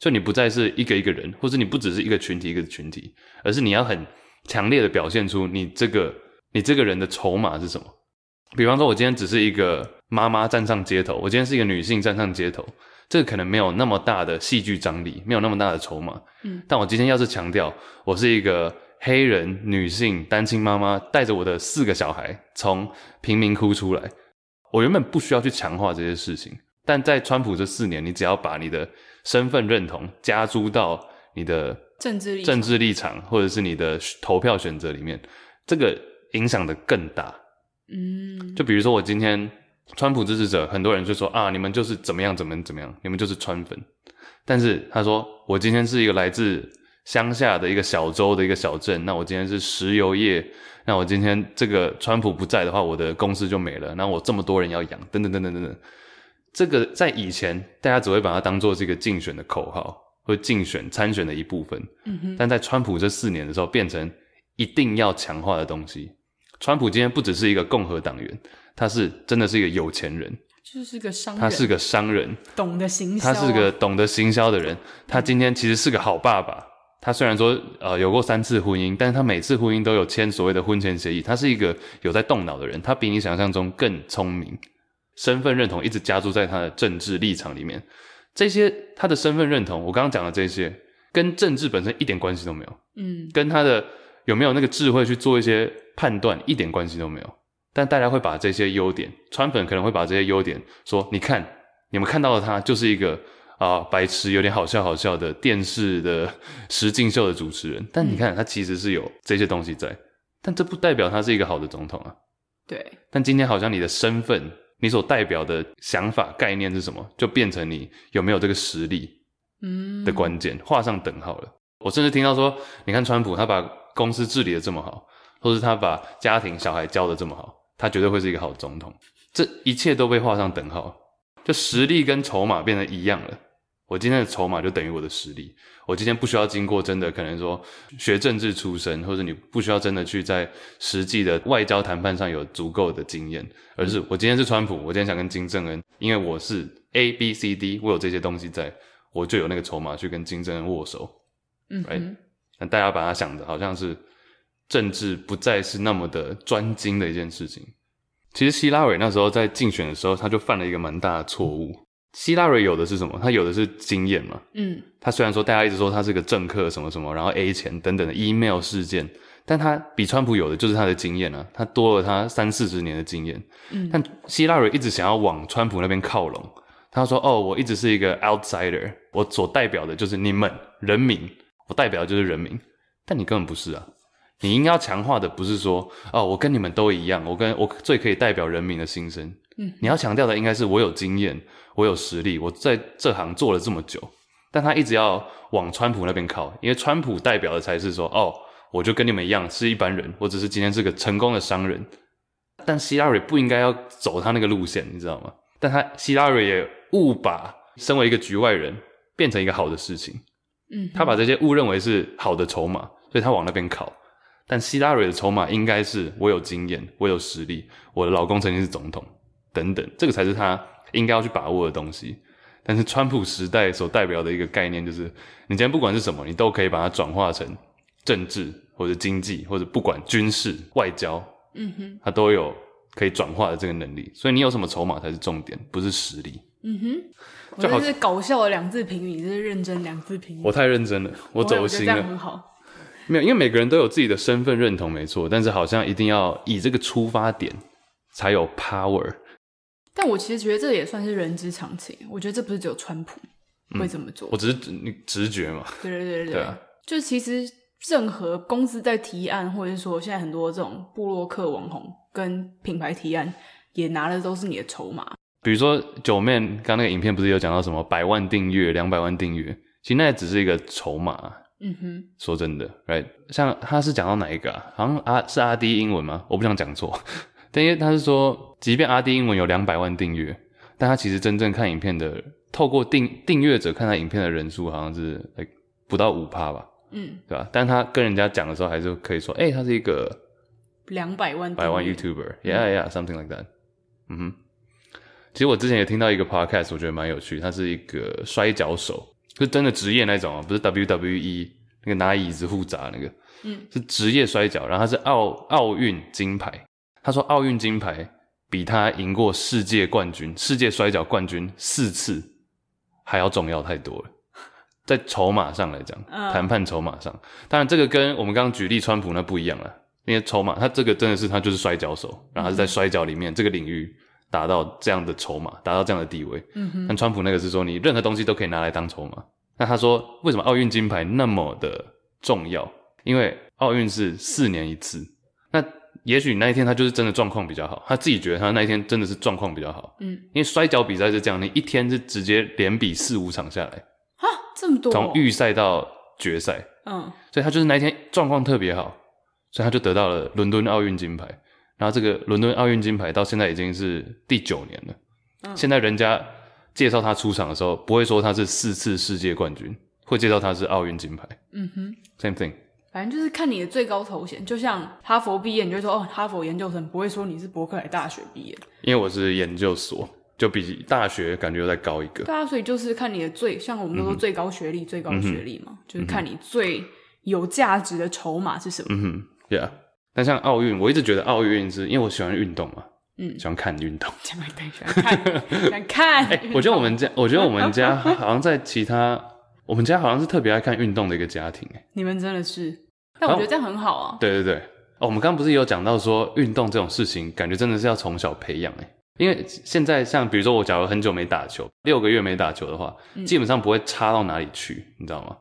Speaker 1: 就你不再是一个一个人，或是你不只是一个群体一个群体，而是你要很强烈的表现出你这个你这个人的筹码是什么。比方说，我今天只是一个妈妈站上街头，我今天是一个女性站上街头，这个可能没有那么大的戏剧张力，没有那么大的筹码。
Speaker 2: 嗯，
Speaker 1: 但我今天要是强调我是一个黑人女性单亲妈妈，带着我的四个小孩从贫民窟出来，我原本不需要去强化这些事情，但在川普这四年，你只要把你的身份认同加诸到你的
Speaker 2: 政治立场
Speaker 1: 政治立场或者是你的投票选择里面，这个影响的更大。
Speaker 2: 嗯，
Speaker 1: 就比如说我今天川普支持者，很多人就说啊，你们就是怎么样怎么样怎么样，你们就是川粉。但是他说，我今天是一个来自乡下的一个小州的一个小镇，那我今天是石油业，那我今天这个川普不在的话，我的公司就没了，那我这么多人要养，等等等等等等。这个在以前大家只会把它当做是一个竞选的口号，或竞选参选的一部分。
Speaker 2: 嗯哼，
Speaker 1: 但在川普这四年的时候，变成一定要强化的东西。川普今天不只是一个共和党员，他是真的是一个有钱人，
Speaker 2: 就是个商人，
Speaker 1: 他是个商人，
Speaker 2: 懂得行销、
Speaker 1: 他
Speaker 2: 啊，嗯
Speaker 1: 是个懂得行销的人。他今天其实是个好爸爸。他虽然说呃有过三次婚姻，但是他每次婚姻都有签所谓的婚前协议。他是一个有在动脑的人，他比你想象中更聪明。身份认同一直加注在他的政治立场里面，这些他的身份认同，我刚刚讲的这些，跟政治本身一点关系都没有。
Speaker 2: 嗯
Speaker 1: 跟他的有没有那个智慧去做一些判断一点关系都没有。但大家会把这些优点，川粉可能会把这些优点说，你看你们看到的他就是一个啊、白痴，有点好笑好笑的电视的 实境秀的主持人。但你看他其实是有这些东西在，但这不代表他是一个好的总统啊。
Speaker 2: 对，
Speaker 1: 但今天好像你的身份，你所代表的想法概念是什么，就变成你有没有这个实力，
Speaker 2: 嗯
Speaker 1: 的关键，画上等号了。我甚至听到说，你看川普他把公司治理的这么好，或是他把家庭小孩教的这么好，他绝对会是一个好总统。这一切都被画上等号。就实力跟筹码变得一样了。我今天的筹码就等于我的实力，我今天不需要经过真的可能说学政治出身，或者你不需要真的去在实际的外交谈判上有足够的经验，而是我今天是川普，我今天想跟金正恩，因为我是 A B C D，我有这些东西在，我就有那个筹码去跟金正恩握手。
Speaker 2: 嗯
Speaker 1: 哎
Speaker 2: 哼，
Speaker 1: 但大家把它想的好像是政治不再是那么的专精的一件事情。其实希拉蕊那时候在竞选的时候，他就犯了一个蛮大的错误。希拉蕊有的是什么？他有的是经验嘛。
Speaker 2: 嗯，
Speaker 1: 他虽然说大家一直说他是个政客什么什么，然后 A 钱等等的 email 事件，但他比川普有的就是他的经验啊，他多了他三四十年的经验。
Speaker 2: 嗯
Speaker 1: 但希拉蕊一直想要往川普那边靠拢，他说：“哦，我一直是一个 outsider，我所代表的就是你们人民，我代表的就是人民。”但你根本不是啊。你应该要强化的不是说哦，我跟你们都一样，我跟我最可以代表人民的心声。
Speaker 2: 嗯，
Speaker 1: 你要强调的应该是我有经验，我有实力，我在这行做了这么久，但他一直要往川普那边靠，因为川普代表的才是说，哦，我就跟你们一样是一般人，我只是今天是个成功的商人。但希拉蕊不应该要走他那个路线，你知道吗？但他希拉蕊也误把身为一个局外人变成一个好的事情，
Speaker 2: 嗯哼，
Speaker 1: 他把这些误认为是好的筹码，所以他往那边靠。但希拉蕊的筹码应该是我有经验，我有实力，我的老公曾经是总统等等，这个才是他应该要去把握的东西。但是川普时代所代表的一个概念就是，你今天不管是什么，你都可以把它转化成政治或者经济或者不管军事、外交，
Speaker 2: 嗯哼，
Speaker 1: 它都有可以转化的这个能力。所以你有什么筹码才是重点，不是实力。
Speaker 2: 嗯哼，我
Speaker 1: 就好
Speaker 2: 这是搞笑的两字评语，你这是认真两字评语，
Speaker 1: 我太认真了，我
Speaker 2: 我
Speaker 1: 走
Speaker 2: 觉得
Speaker 1: 心
Speaker 2: 这
Speaker 1: 了
Speaker 2: 样。很好，
Speaker 1: 没有，因为每个人都有自己的身份认同，没错，但是好像一定要以这个出发点才有 power。
Speaker 2: 但我其实觉得这也算是人之常情，我觉得这不是只有川普
Speaker 1: 嗯
Speaker 2: 会这么做，
Speaker 1: 我只是你直觉嘛，
Speaker 2: 对对对对
Speaker 1: 对啊
Speaker 2: 就其实任何公司在提案，或者是说现在很多这种布洛克网红跟品牌提案，也拿的都是你的筹码。
Speaker 1: 比如说九妹刚那个影片不是有讲到什么百万订阅、两百万订阅，其实那也只是一个筹码啊。
Speaker 2: 嗯哼，
Speaker 1: 说真的，right？像他是讲到哪一个啊？好像阿是阿 D 英文吗？我不想讲错， 但因为他是说，即便阿 D 英文有两百万订阅，但他其实真正看影片的，透过订订阅者看他影片的人数好像是 like, 不到五趴吧。
Speaker 2: 嗯，
Speaker 1: 对吧？但他跟人家讲的时候，还是可以说，哎、他是一个
Speaker 2: 两百万订阅
Speaker 1: 百万 YouTuber，yeah yeah，something like that。嗯哼，其实我之前也听到一个 podcast，我觉得蛮有趣，他是一个摔跤手，是真的职业那种啊，不是 WWE 那个拿椅子互砸那个，
Speaker 2: 嗯，
Speaker 1: 是职业摔跤，然后他是奥奥运金牌，他说奥运金牌比他赢过世界冠军、世界摔跤冠军四次还要重要太多了。在筹码上来讲，
Speaker 2: 嗯
Speaker 1: 谈判筹码上，当然这个跟我们刚刚举例川普那不一样了，因为筹码他这个真的是他就是摔跤手，然后他是在摔跤里面这个领域达到这样的筹码，达到这样的地位。
Speaker 2: 嗯哼，
Speaker 1: 但川普那个是说你任何东西都可以拿来当筹码。那他说为什么奥运金牌那么的重要？因为奥运是四年一次。那也许那一天他就是真的状况比较好，他自己觉得他那一天真的是状况比较好。
Speaker 2: 嗯，
Speaker 1: 因为摔跤比赛是这样，你一天是直接连比四五场下来，
Speaker 2: 哈，这么多、哦
Speaker 1: 从预赛到决赛，
Speaker 2: 嗯
Speaker 1: 所以他就是那一天状况特别好，所以他就得到了伦敦奥运金牌。然后这个伦敦奥运金牌到现在已经是第九年了。
Speaker 2: 嗯
Speaker 1: 现在人家介绍他出场的时候，不会说他是四次世界冠军，会介绍他是奥运金牌。
Speaker 2: 嗯哼，
Speaker 1: Same thing，
Speaker 2: 反正就是看你的最高头衔，就像哈佛毕业，你就会说哦，哈佛研究生，不会说你是伯克莱大学毕业，
Speaker 1: 因为我是研究所，就比大学感觉又再高一个。
Speaker 2: 对啊，所以就是看你的最，像我们
Speaker 1: 嗯
Speaker 2: 都说最高学历、最高学历嘛，就是看你最有价值的筹码是什么。
Speaker 1: 嗯哼，Yeah。但像奥运，我一直觉得奥运是因为我喜欢运动嘛，
Speaker 2: 嗯
Speaker 1: 喜欢看运动。
Speaker 2: 想看，想看，想看。
Speaker 1: 哎、我觉得我们家，我觉得我们家好像在其他，我们家好像是特别爱看运动的一个家庭、哎。
Speaker 2: 你们真的是，但我觉得这样很好啊。
Speaker 1: 对对对，哦，我们刚刚不是有讲到说运动这种事情，感觉真的是要从小培养哎，因为现在像比如说我假如很久没打球，六个月没打球的话，基本上不会差到哪里去，你知道吗？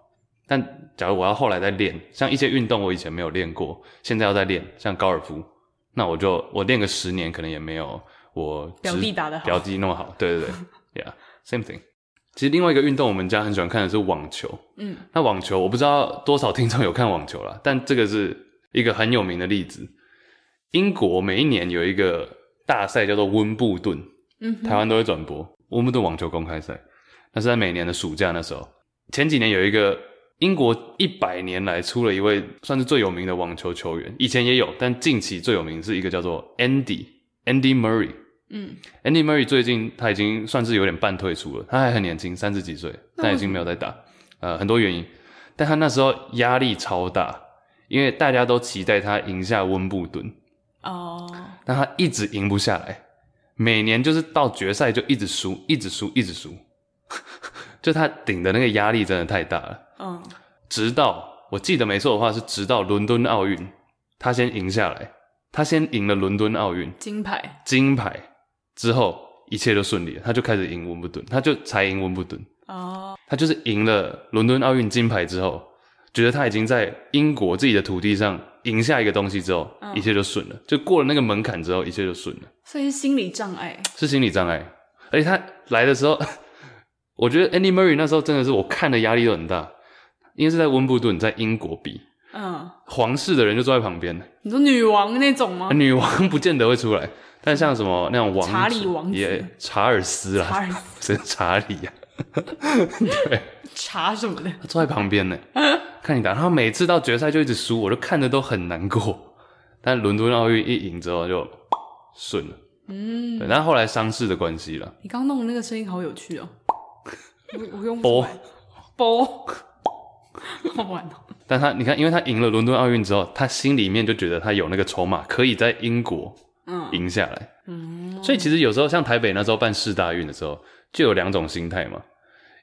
Speaker 1: 但假如我要后来再练，像一些运动我以前没有练过，现在要再练，像高尔夫，那我就我练个十年可能也没有我
Speaker 2: 表
Speaker 1: 侄
Speaker 2: 弟打得好
Speaker 1: 表弟那么好，对对 对，Yeah，same thing。其实另外一个运动，我们家很喜欢看的是网球，
Speaker 2: 嗯
Speaker 1: 那网球我不知道多少听众有看网球啦，但这个是一个很有名的例子。英国每一年有一个大赛叫做温布顿，
Speaker 2: 嗯哼
Speaker 1: 台湾都会转播。温布顿网球公开赛，那是在每年的暑假那时候。前几年有一个英国一百年来出了一位算是最有名的网球球员，以前也有，但近期最有名是一个叫做 Andy Andy Murray。
Speaker 2: 嗯，
Speaker 1: Andy Murray 最近他已经算是有点半退出了，他还很年轻，三十几岁，
Speaker 2: 那为什么
Speaker 1: 但已经没有在打。呃，很多原因，但他那时候压力超大，因为大家都期待他赢下温布顿，
Speaker 2: 哦、
Speaker 1: 但他一直赢不下来，每年就是到决赛就一直输，一直输，一直输， 就他顶的那个压力真的太大了。
Speaker 2: 嗯，
Speaker 1: 直到我记得没错的话是直到伦敦奥运，他先赢下来，他先赢了伦敦奥运，
Speaker 2: 金牌，
Speaker 1: 金牌之后，一切都顺利了，他就开始赢温布顿，他就才赢温布顿，
Speaker 2: 哦、
Speaker 1: 他就是赢了伦敦奥运金牌之后，觉得他已经在英国自己的土地上赢下一个东西之后，
Speaker 2: 嗯
Speaker 1: 一切就顺了，就过了那个门槛之后，一切就顺了，
Speaker 2: 所以是心理障碍，
Speaker 1: 是心理障碍，而且他来的时候， 我觉得 Andy Murray 那时候真的是我看的压力都很大，因为是在温布顿，在英国比。
Speaker 2: 嗯，
Speaker 1: 皇室的人就坐在旁边，
Speaker 2: 你说女王那种吗？
Speaker 1: 女王不见得会出来，但像什么那种王
Speaker 2: 查理
Speaker 1: 子
Speaker 2: 王子
Speaker 1: 也查尔斯啦，
Speaker 2: 查尔
Speaker 1: 是查理呀、
Speaker 2: 查什么的，
Speaker 1: 他坐在旁边呢，看你打。他每次到决赛就一直输，我就看着都很难过。但伦敦奥运一赢之后就顺了，
Speaker 2: 嗯，
Speaker 1: 对。但后来伤势的关系了，
Speaker 2: 你刚弄的那个声音好有趣 哦，我我用不出
Speaker 1: 波
Speaker 2: 来。包，好玩哦。
Speaker 1: 但他你看，因为他赢了伦敦奥运之后，他心里面就觉得他有那个筹码，可以在英国
Speaker 2: 嗯
Speaker 1: 赢下来。
Speaker 2: 嗯，
Speaker 1: 所以其实有时候像台北那时候办世大运的时候，就有两种心态嘛，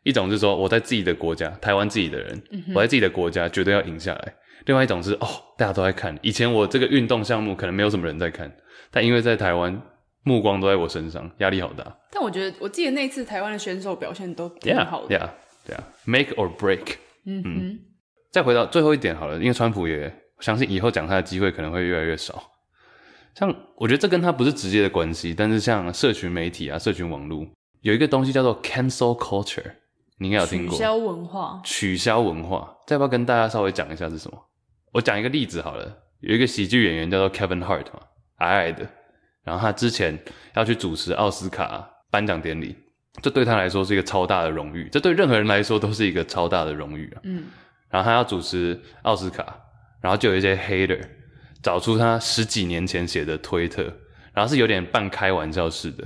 Speaker 1: 一种是说我在自己的国家，台湾自己的人，我在自己的国家绝对要赢下来；，另外一种是哦，大家都在看，以前我这个运动项目可能没有什么人在看，但因为在台湾，目光都在我身上，压力好大。
Speaker 2: 但我觉得，我记得那次台湾的选手表现都挺
Speaker 1: Yeah,
Speaker 2: 好的。
Speaker 1: yeah, yeah, make or break。
Speaker 2: 嗯哼，
Speaker 1: 再回到最后一点好了，因为川普也我相信以后讲他的机会可能会越来越少。像我觉得这跟他不是直接的关系，但是像社群媒体啊、社群网络有一个东西叫做 cancel culture，你应该有听
Speaker 2: 取
Speaker 1: 过
Speaker 2: 消文化。
Speaker 1: 取消文化。再要不要跟大家稍微讲一下是什么？我讲一个例子好了，有一个喜剧演员叫做 Kevin Hart 嘛，矮矮的，然后他之前要去主持奥斯卡颁奖典礼，这对他来说是一个超大的荣誉，这对任何人来说都是一个超大的荣誉啊。
Speaker 2: 嗯，
Speaker 1: 然后他要主持奥斯卡，然后就有一些 hater 找出他十几年前写的推特，然后是有点半开玩笑式的，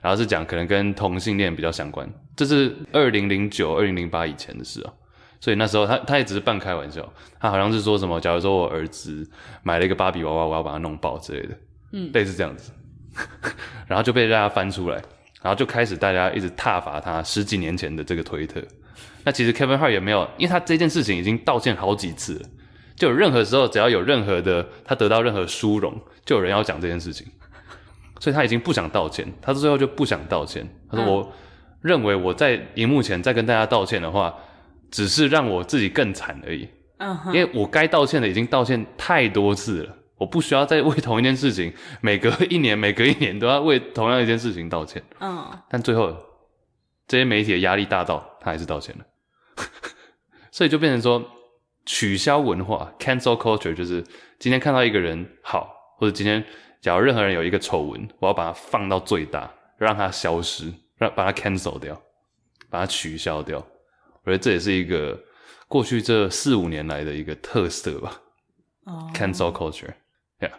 Speaker 1: 然后是讲可能跟同性恋比较相关，这是二零零九、二零零八以前的事啊。所以那时候他他也只是半开玩笑，他好像是说什么，假如说我儿子买了一个芭比娃娃，我要把它弄爆之类的，
Speaker 2: 嗯
Speaker 1: 类似这样子， 然后就被大家翻出来，然后就开始大家一直挞伐他十几年前的这个推特。那其实 Kevin Hart 也没有，因为他这件事情已经道歉好几次了，就有任何时候只要有任何的他得到任何殊荣，就有人要讲这件事情，所以他已经不想道歉，他最后就不想道歉。他说：“
Speaker 2: 嗯
Speaker 1: 我认为我在荧幕前再跟大家道歉的话，只是让我自己更惨而已，
Speaker 2: 嗯哼，
Speaker 1: 因为我该道歉的已经道歉太多次了。”我不需要再为同一件事情，每隔一年、每隔一年都要为同样一件事情道歉。
Speaker 2: 嗯，
Speaker 1: 但最后这些媒体的压力大到他还是道歉了， 所以就变成说取消文化 （cancel culture） 就是今天看到一个人好，或者今天假如任何人有一个丑闻，我要把它放到最大，让它消失，让把它 cancel 掉，把它取消掉。我觉得这也是一个过去这四五年来的一个特色吧。
Speaker 2: 哦，
Speaker 1: cancel culture。Yeah，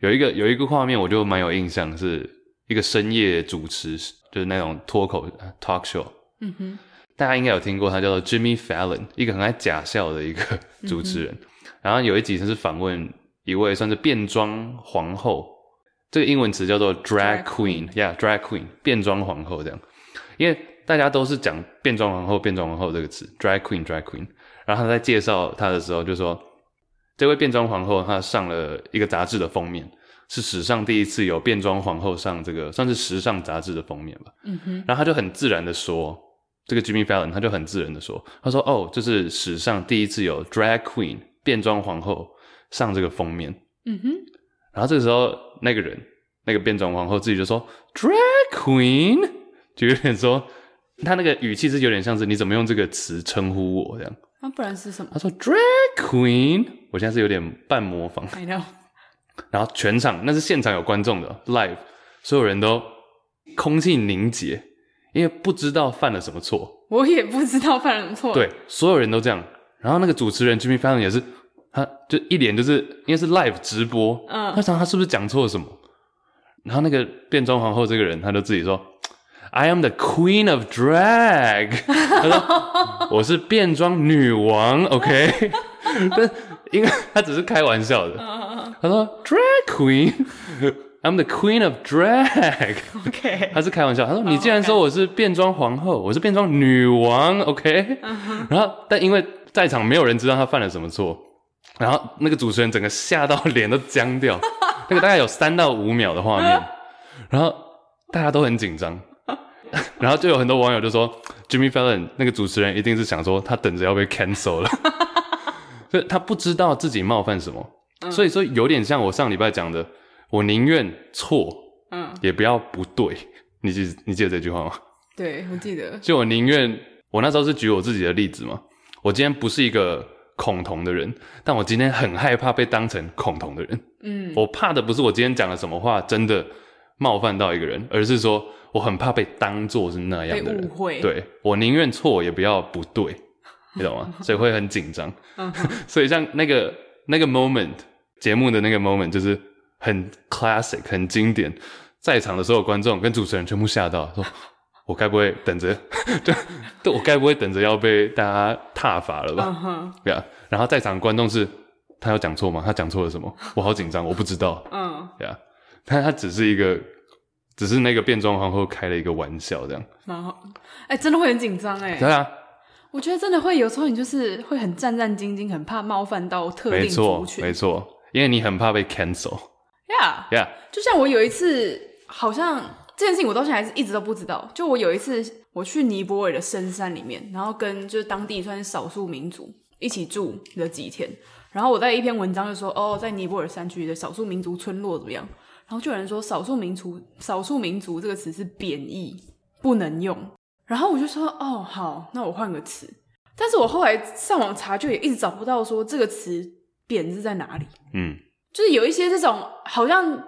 Speaker 1: 有一个有一个画面我就蛮有印象，是一个深夜主持，就是那种脱口呃 talk show，
Speaker 2: 嗯哼，
Speaker 1: 大家应该有听过，他叫做 Jimmy Fallon，一个很爱假笑的一个主持人。然后有一集他是访问一位算是变装皇后，这个英文词叫做 drag
Speaker 2: Drag
Speaker 1: queen，yeah，drag queen，变装皇后这样。因为大家都是讲变装皇后、变装皇后这个词，drag queen，drag queen。然后他在介绍她的时候就说，这位变装皇后她上了一个杂志的封面，是史上第一次有变装皇后上这个算是时尚杂志的封面吧。
Speaker 2: 嗯哼，
Speaker 1: 然后他就很自然的说，这个 Jimmy Fallon 他就很自然的说，他说哦，这是史上第一次有 drag queen 变装皇后上这个封面。
Speaker 2: 嗯哼，
Speaker 1: 然后这个时候那个人那个变装皇后自己就说 drag queen，就有点说他那个语气是有点像是你怎么用这个词称呼我这样。
Speaker 2: 那啊不然是什么
Speaker 1: 他说 drag queen，我现在是有点半模仿。
Speaker 2: ？I know，
Speaker 1: 然后全场那是现场有观众的 live，所有人都空气凝结，因为不知道犯了什么错。
Speaker 2: 我也不知道犯了什么错。，
Speaker 1: 对，所有人都这样。然后那个主持人 Jimmy Fallon 也是，他就一脸就是因为是 live 直播，
Speaker 2: 嗯
Speaker 1: 他想他是不是讲错了什么？然后那个变装皇后这个人，他就自己说，I am the queen of drag，他 说我是变装女王，OK，但 因为他只是开玩笑
Speaker 2: 嗯
Speaker 1: 的，他说 drag queen，I'm the queen of drag。
Speaker 2: OK，
Speaker 1: 他是哦开玩笑，他说：“你既然说我是变装皇后，我是变装女王，OK？” 然后，但因为在场没有人知道他犯了什么错，然后那个主持人整个吓到脸都僵 掉，那个大概有三到五秒的画面，然后大家都很紧张，然后就有很多网友就说：“Jimmy Fallon 那个主持人一定是想说他等着要被 cancel 了，所以他不知道自己冒犯什么，所以说有点像我上礼拜讲的，我宁愿错。”
Speaker 2: 嗯，
Speaker 1: 也不要不对。你记你记得这句话吗？
Speaker 2: 对，我记得，
Speaker 1: 就我宁愿我那时候是举我自己的例子嘛，我今天不是一个恐同的人，但我今天很害怕被当成恐同的人。
Speaker 2: 嗯
Speaker 1: 我怕的不是我今天讲了什么话真的冒犯到一个人，而是说我很怕被当做是那样的人
Speaker 2: 被误会
Speaker 1: 对我宁愿错也不要不对，你懂吗？所以会很紧张。 所以像那个那个 moment 节目的那个 moment 就是很 classic 很经典，在场的所有观众跟主持人全部吓到，说我该不会等着，就对我该不会等着要被大家踏伐了吧？
Speaker 2: 嗯哼，
Speaker 1: 对啊，然后在场观众是他有讲错吗？他讲错了什么？我好紧张，我不知道。
Speaker 2: 嗯，
Speaker 1: 对啊，但他只是一个，只是那个变装皇后开了一个玩笑这样。
Speaker 2: 然后，哎、真的会很紧张哎、
Speaker 1: 对啊，
Speaker 2: 我觉得真的会有时候你就是会很战战兢兢，很怕冒犯到特
Speaker 1: 没
Speaker 2: 定族
Speaker 1: 错，
Speaker 2: 群。
Speaker 1: 没错，因为你很怕被 cancel。
Speaker 2: Yeah，
Speaker 1: Yeah，
Speaker 2: 就像我有一次，好像这件事情我到现在还是一直都不知道。就我有一次，我去尼泊尔的深山里面，然后跟就是当地算是少数民族一起住了几天。然后我在一篇文章就说，哦，在尼泊尔山区的少数民族村落怎么样？然后就有人说，少数民族“少数民族”这个词是贬义，不能用。然后我就说，哦，好，那我换个词。但是我后来上网查，就也一直找不到说这个词贬是在哪里。
Speaker 1: 嗯，
Speaker 2: 就是有一些这种好像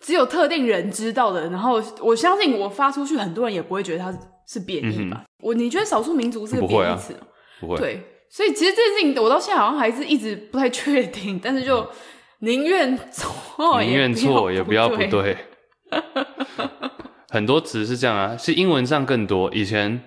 Speaker 2: 只有特定人知道的，然后我相信我发出去，很多人也不会觉得它是贬义吧？我你觉得少数民族是
Speaker 1: 嗯
Speaker 2: 个
Speaker 1: 不会啊
Speaker 2: 贬义词吗？
Speaker 1: 不会。
Speaker 2: 对，所以其实这件事情我到现在好像还是一直不太确定，但是就宁愿错，
Speaker 1: 嗯宁愿错也不要不
Speaker 2: 对。
Speaker 1: 对。 很多词是这样啊，是英文上更多。以前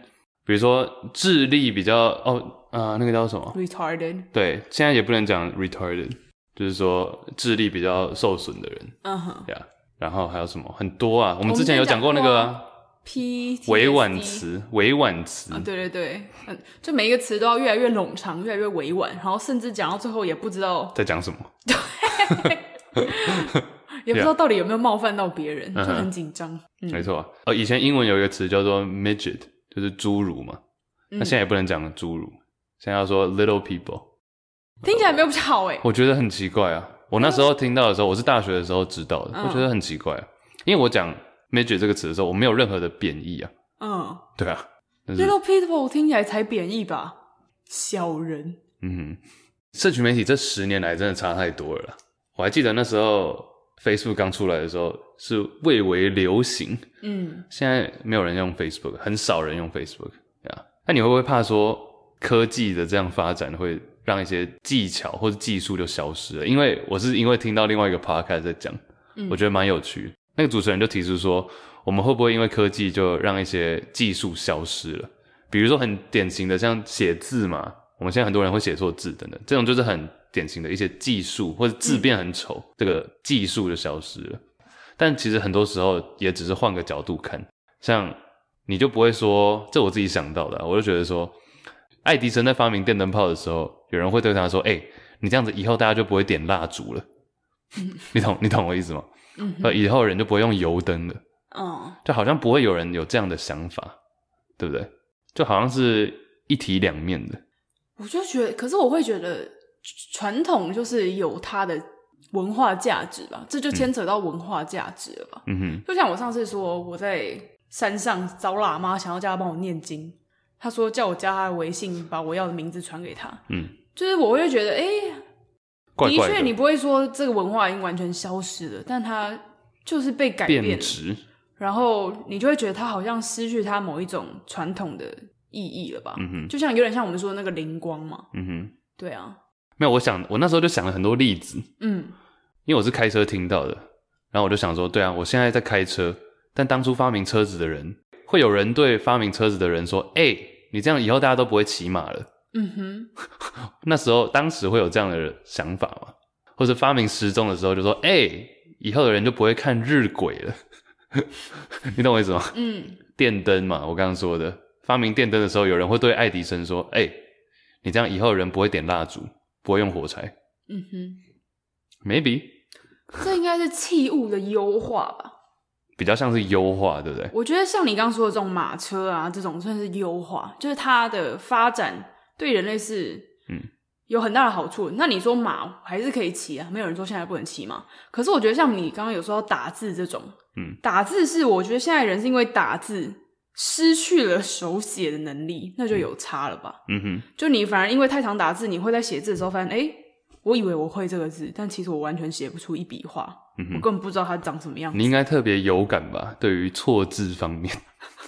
Speaker 1: 比如说智力比较哦啊、那个叫什么？
Speaker 2: retarded，
Speaker 1: 对，现在也不能讲 retarded，就是说智力比较受损的人
Speaker 2: 嗯哼
Speaker 1: 呀。然后还有什么很多啊？我们
Speaker 2: 哦们
Speaker 1: 之前有讲过那个、
Speaker 2: 之前讲
Speaker 1: 啊、
Speaker 2: ，P
Speaker 1: 委婉词，委婉词
Speaker 2: 啊，对对对，嗯，就每一个词都要越来越冗长，越来越委婉，然后甚至讲到最后也不知道，
Speaker 1: 在讲什么？
Speaker 2: 也不知道到底有没有冒犯到别人，就
Speaker 1: 嗯哼
Speaker 2: 很紧张。嗯
Speaker 1: 没错啊，呃，以前英文有一个词叫做 midget，就是侏儒嘛。那
Speaker 2: 嗯
Speaker 1: 现在也不能讲侏儒，现在要说 little people。
Speaker 2: 听起来没有比较好哎、
Speaker 1: 我觉得很奇怪啊！我那时候听到的时候，我是大学的时候知道的，
Speaker 2: 嗯
Speaker 1: 我觉得很奇怪、啊，因为我讲 midget 这个词的时候，我没有任何的贬义啊，
Speaker 2: 嗯
Speaker 1: 对啊，但是
Speaker 2: ，little people 听起来才贬义吧？小人，
Speaker 1: 嗯哼，社群媒体这十年来真的差太多了啦。我还记得那时候 Facebook 刚出来的时候是蔚为流行，
Speaker 2: 嗯，
Speaker 1: 现在没有人用 Facebook，很少人用 Facebook 啊。那你会不会怕说科技的这样发展会让一些技巧或者技术就消失了？因为我是因为听到另外一个 podcast 在讲，我觉得蛮有趣。那个主持人就提出说，我们会不会因为科技就让一些技术消失了？比如说很典型的像写字嘛，我们现在很多人会写错字等等，这种就是很典型的一些技术或者字变很丑，这个技术就消失了。但其实很多时候也只是换个角度看，像你就不会说这我自己想到的啊、我就觉得说，爱迪生在发明电灯泡的时候，有人会对他说：“哎、你这样子以后大家就不会点蜡烛 了。”你懂你懂我意思吗？
Speaker 2: 嗯
Speaker 1: 呃，以后人就不会用油灯了，
Speaker 2: 嗯，
Speaker 1: 就好像不会有人有这样的想法，对不对？就好像是一体两面的。
Speaker 2: 我就觉得，可是我会觉得传统就是有它的文化价值吧，这就牵扯到文化价值了吧？
Speaker 1: 嗯哼，
Speaker 2: 就像我上次说，我在山上找喇嘛，想要叫他帮我念经，他说叫我加他的微信，把我要的名字传给他，
Speaker 1: 嗯，
Speaker 2: 就是我会觉得，哎、
Speaker 1: 怪怪
Speaker 2: 的确，
Speaker 1: 的
Speaker 2: 你不会说这个文化已经完全消失了，但它就是被改变
Speaker 1: 变
Speaker 2: 了。
Speaker 1: 质，
Speaker 2: 然后你就会觉得它好像失去它某一种传统的意义了吧？
Speaker 1: 嗯哼，
Speaker 2: 就像有点像我们说的那个灵光嘛，
Speaker 1: 嗯哼，
Speaker 2: 对啊，
Speaker 1: 没有，我想我那时候就想了很多例子，
Speaker 2: 嗯，
Speaker 1: 因为我是开车听到的，然后我就想说，对啊，我现在在开车，但当初发明车子的人，会有人对发明车子的人说，哎、你这样以后大家都不会骑马了。
Speaker 2: 嗯哼，
Speaker 1: 那时候当时会有这样的想法嘛？或者发明时钟的时候就说，哎、以后的人就不会看日晷了， 你懂我意思吗？
Speaker 2: 嗯，
Speaker 1: 电灯嘛，我刚刚说的，发明电灯的时候，有人会对爱迪生说，哎、你这样以后人不会点蜡烛，不会用火柴
Speaker 2: 嗯哼，
Speaker 1: ，maybe
Speaker 2: 这应该是器物的优化吧？
Speaker 1: 比较像是优化，对不对？
Speaker 2: 我觉得像你刚刚说的这种马车啊，这种算是优化，就是它的发展对人类是
Speaker 1: 嗯
Speaker 2: 有很大的好处。那你说马还是可以骑啊，没有人说现在不能骑嘛。可是我觉得像你刚刚有说到打字这种，
Speaker 1: 嗯，
Speaker 2: 打字是我觉得现在人是因为打字失去了手写的能力，那就有差了吧？
Speaker 1: 嗯哼。
Speaker 2: 就你反而因为太常打字，你会在写字的时候发现，哎、我以为我会这个字，但其实我完全写不出一笔画，
Speaker 1: 嗯哼
Speaker 2: 我根本不知道它长什么样子
Speaker 1: 你。应该特别有感吧？对于错字方面，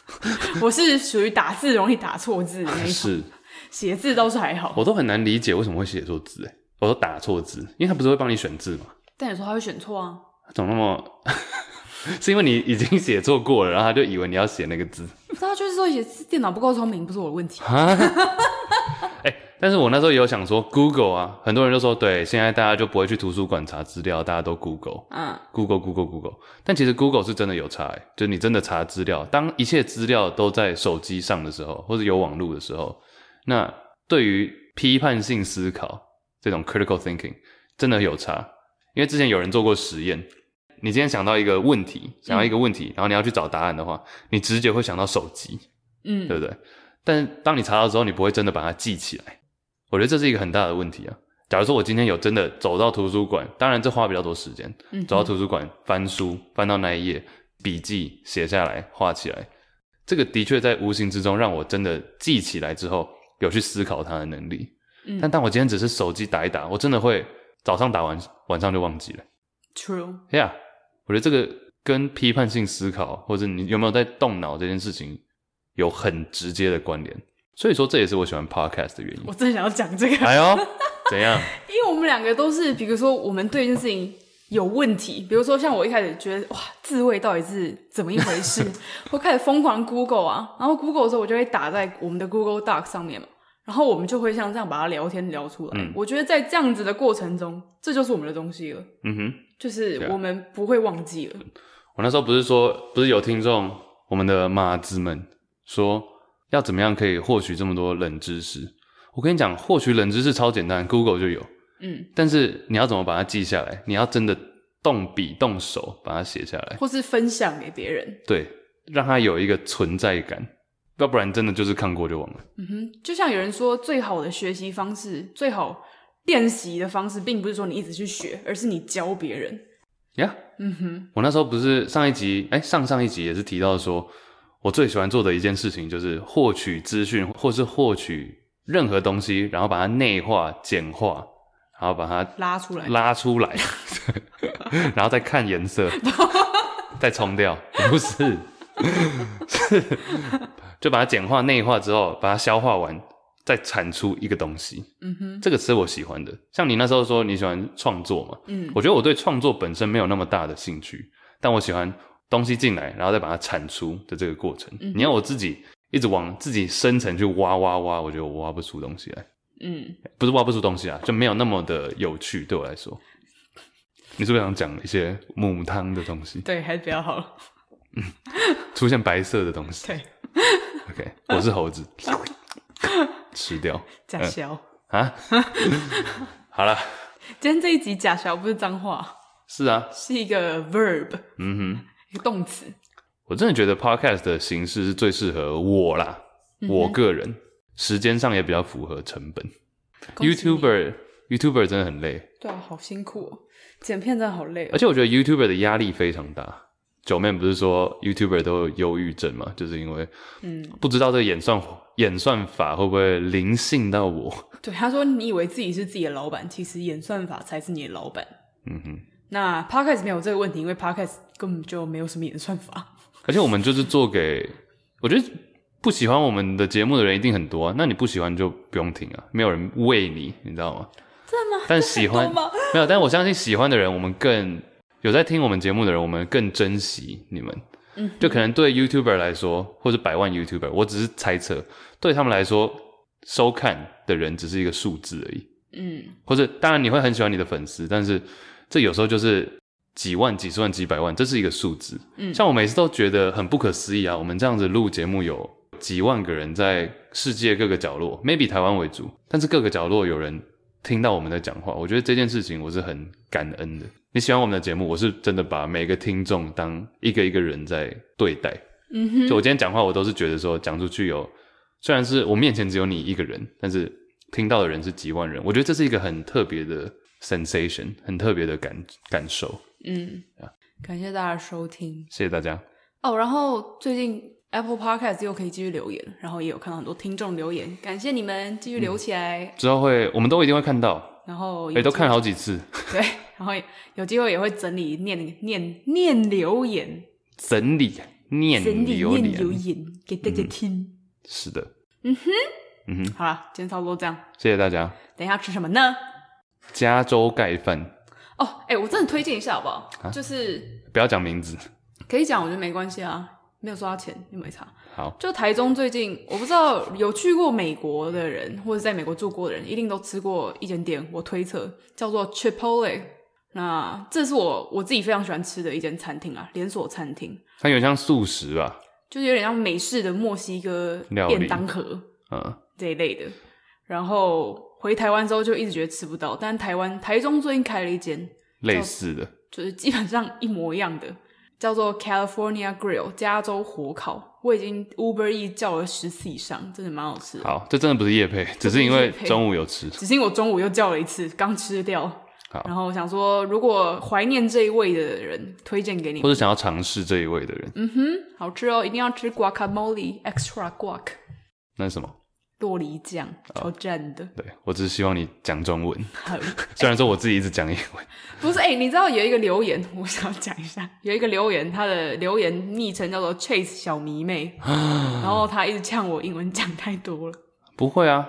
Speaker 2: 我是属于打字容易打错字的那一 种。
Speaker 1: 是
Speaker 2: 写字倒是还好，
Speaker 1: 我都很难理解为什么会写错字、欸。我都打错字，因为他不是会帮你选字吗？
Speaker 2: 但有时候他会选错啊。
Speaker 1: 他怎么那么？ 是因为你已经写错过了，然后他就以为你要写那个字
Speaker 2: 但他就是说写字电脑不够聪明，不是我的问题。
Speaker 1: 啊？ 哎、但是我那时候也有想说，Google 啊，很多人就说，对，现在大家就不会去图书馆查资料，大家都 Google。
Speaker 2: 嗯
Speaker 1: Google Google Google，但其实 Google 是真的有差、欸，就是你真的查资料，当一切资料都在手机上的时候，或者有网络的时候，那对于批判性思考这种 critical thinking 真的有差，因为之前有人做过实验，你今天想到一个问题，想到一个问题，然后你要去找答案的话，你直觉会想到手机，对
Speaker 2: 嗯，
Speaker 1: 不对？但是当你查到之后，你不会真的把它记起来。我觉得这是一个很大的问题啊。假如说我今天有真的走到图书馆，当然这花比较多时间
Speaker 2: 嗯哼，
Speaker 1: 走到图书馆翻书，翻到那一页，笔记写下来，画起来，这个的确在无形之中让我真的记起来之后，有去思考它的能力。
Speaker 2: 嗯
Speaker 1: 但当我今天只是手机打一打，我真的会早上打完，晚上就忘记了。
Speaker 2: true。
Speaker 1: Yeah，我觉得这个跟批判性思考，或者你有没有在动脑这件事情，有很直接的关联。所以说，这也是我喜欢 podcast 的原因
Speaker 2: 我。真的想要讲这个，
Speaker 1: 哎呦，怎样？
Speaker 2: 因为我们两个都是，比如说我们对一件事情有问题，比如说像我一开始觉得哇，自慰到底是怎么一回 事，我开始疯狂 Google 啊，然后 Google 的时候我就会打在我们的 Google Doc 上面嘛，然后我们就会像这样把它聊天聊出来。
Speaker 1: 嗯
Speaker 2: 我觉得在这样子的过程中，这就是我们的东西了，
Speaker 1: 嗯哼，
Speaker 2: 就是
Speaker 1: 对啊嗯
Speaker 2: 我们不会忘记了。
Speaker 1: 我那时候不是说，不是有听众，我们的马子们说，要怎么样可以获取这么多冷知识？我跟你讲，获取冷知识超简单，Google 就有。
Speaker 2: 嗯，
Speaker 1: 但是你要怎么把它记下来？你要真的动笔动手把它写下来。
Speaker 2: 或是分享给别人。
Speaker 1: 对，让它有一个存在感，要不然真的就是看过就忘了。
Speaker 2: 嗯哼，就像有人说，最好的学习方式，最好练习的方式，并不是说你一直去学，而是你教别人。
Speaker 1: 呀、
Speaker 2: 嗯哼，
Speaker 1: 我那时候不是上一集，哎、上上一集也是提到说，我最喜欢做的一件事情就是获取资讯，或是获取任何东西，然后把它内化、简化，然后把它
Speaker 2: 拉出来。
Speaker 1: 拉出 来，然后再看颜色，再冲掉，不是，是就把它简化、内化之后，把它消化完，再产出一个东西。
Speaker 2: 嗯哼，
Speaker 1: 这个是我喜欢的。像你那时候说你喜欢创作嘛，
Speaker 2: 嗯
Speaker 1: 我觉得我对创作本身没有那么大的兴趣，但我喜欢东西进来，然后再把它产出的这个过程。
Speaker 2: 嗯哼
Speaker 1: 你要我自己一直往自己深层去挖挖挖，我觉得我挖不出东西来，
Speaker 2: 嗯，
Speaker 1: 不是挖不出东西啊，就没有那么的有趣对我来 说。你是不是想讲一些母汤的东西，
Speaker 2: 对，还是比较好了。
Speaker 1: 出现白色的东西
Speaker 2: 对，
Speaker 1: ？OK，我是猴子， 吃掉
Speaker 2: 假笑。
Speaker 1: 啊！ 好了，
Speaker 2: 今天这一集假笑不是脏话，
Speaker 1: 是啊，
Speaker 2: 是一个 verb，
Speaker 1: 嗯哼。
Speaker 2: 一个动词。
Speaker 1: 我真的觉得 podcast 的形式是最适合我啦，
Speaker 2: 嗯
Speaker 1: 我个人时间上也比较符合成本。
Speaker 2: 恭喜你
Speaker 1: YouTuber YouTuber 真的很累，
Speaker 2: 对啊，好辛苦哦，剪片真的好累
Speaker 1: 而
Speaker 2: 哦。
Speaker 1: 且我觉得 YouTuber 的压力非常大。九妹不是说 YouTuber 都有忧郁症嘛，就是因为
Speaker 2: 嗯，
Speaker 1: 不知道这个演算演算法会不会灵性到我。
Speaker 2: 对，他说你以为自己是自己的老板，其实演算法才是你的老板。
Speaker 1: 嗯哼，
Speaker 2: 那 podcast 没有这个问题，因为 podcast 根本就没有什么演算法。
Speaker 1: 而且我们就是做给，我觉得不喜欢我们的节目的人一定很多啊。那你不喜欢就不用听啊，没有人为你，你知道吗？
Speaker 2: 真的吗？
Speaker 1: 但喜 欢
Speaker 2: 很多吗？
Speaker 1: 没有，但我相信喜欢的人，我们更有在听我们节目的人，我们更珍惜你们。
Speaker 2: 嗯，
Speaker 1: 就可能对 YouTuber 来说，或者百万 YouTuber，我只是猜测，对他们来说，收看的人只是一个数字而已。
Speaker 2: 嗯，
Speaker 1: 或者当然你会很喜欢你的粉丝，但是这有时候就是几万、几十万、几百万，这是一个数字。
Speaker 2: 嗯
Speaker 1: 像我每次都觉得很不可思议啊，我们这样子录节目有几万个人在世界各个角落，maybe 台湾为主，但是各个角落有人听到我们在讲话，我觉得这件事情我是很感恩的。你喜欢我们的节目，我是真的把每个听众当一个一个人在对待。
Speaker 2: 嗯哼，
Speaker 1: 就我今天讲话，我都是觉得说讲出去有，虽然是我面前只有你一个人，但是听到的人是几万人，我觉得这是一个很特别的 sensation，很特别的感感受。
Speaker 2: 嗯，
Speaker 1: 啊
Speaker 2: 感谢大家收听
Speaker 1: 谢谢大家，
Speaker 2: 哦。然后最近 Apple Podcast 又可以继续留言，然后也有看到很多听众留言，感谢你们继续留起来。
Speaker 1: 之后会我们都一定会看到，
Speaker 2: 然后
Speaker 1: 嗯哎、
Speaker 2: 有
Speaker 1: 都
Speaker 2: 机
Speaker 1: 看好几次，
Speaker 2: 对，然后有机会也会整理念念念留言，
Speaker 1: 整理念
Speaker 2: 整理
Speaker 1: 流
Speaker 2: 念留
Speaker 1: 年，
Speaker 2: 言给大家听。
Speaker 1: 是的，
Speaker 2: 嗯
Speaker 1: 哼，嗯哼，
Speaker 2: 好了，今天差不多这样。
Speaker 1: 谢谢大家。
Speaker 2: 等一下吃什么呢？
Speaker 1: 加州盖饭，
Speaker 2: 哦，哎、我真的推荐一下好不好？
Speaker 1: 啊
Speaker 2: 就是
Speaker 1: 不要讲名字，
Speaker 2: 可以讲，我觉得没关系啊，没有收到钱，又没差。
Speaker 1: 好，
Speaker 2: 就台中最近，我不知道有去过美国的人，或者在美国住过的人，一定都吃过一间店，我推测叫做 Chipotle。那这是我我自己非常喜欢吃的一间餐厅啊，连锁餐厅。
Speaker 1: 它有点像素食吧，
Speaker 2: 就是有点像美式的墨西哥
Speaker 1: 料理
Speaker 2: 便当盒
Speaker 1: 嗯，
Speaker 2: 这一类的。然后回台湾之后就一直觉得吃不到，但台湾台中最近开了一间，
Speaker 1: 类似的，
Speaker 2: 就是基本上一模一样的，叫做 California Grill 加州火烤。我已经 Uber E 叫了十次以上，真的蛮好吃的。
Speaker 1: 好，这真的不是叶配，只是因为中午有吃，
Speaker 2: 只是因为我中午又叫了一次，刚吃掉。
Speaker 1: 好
Speaker 2: 然后我想说，如果怀念这一味的人，推荐给你
Speaker 1: 或
Speaker 2: 们。
Speaker 1: 者想要尝试这一味的人，
Speaker 2: 嗯哼，好吃哦，一定要吃 guacamole extra guac
Speaker 1: 那是什么？
Speaker 2: 洛梨酱，超赞的。
Speaker 1: 对我只是希望你讲中文，
Speaker 2: 好
Speaker 1: 虽然说我自己一直讲英文。
Speaker 2: 不是哎、欸你知道有一个留言，我想讲一下，有一个留言，他的留言昵称叫做 Chase 小迷 妹，然后他一直呛我英文讲太多了。
Speaker 1: 不会啊，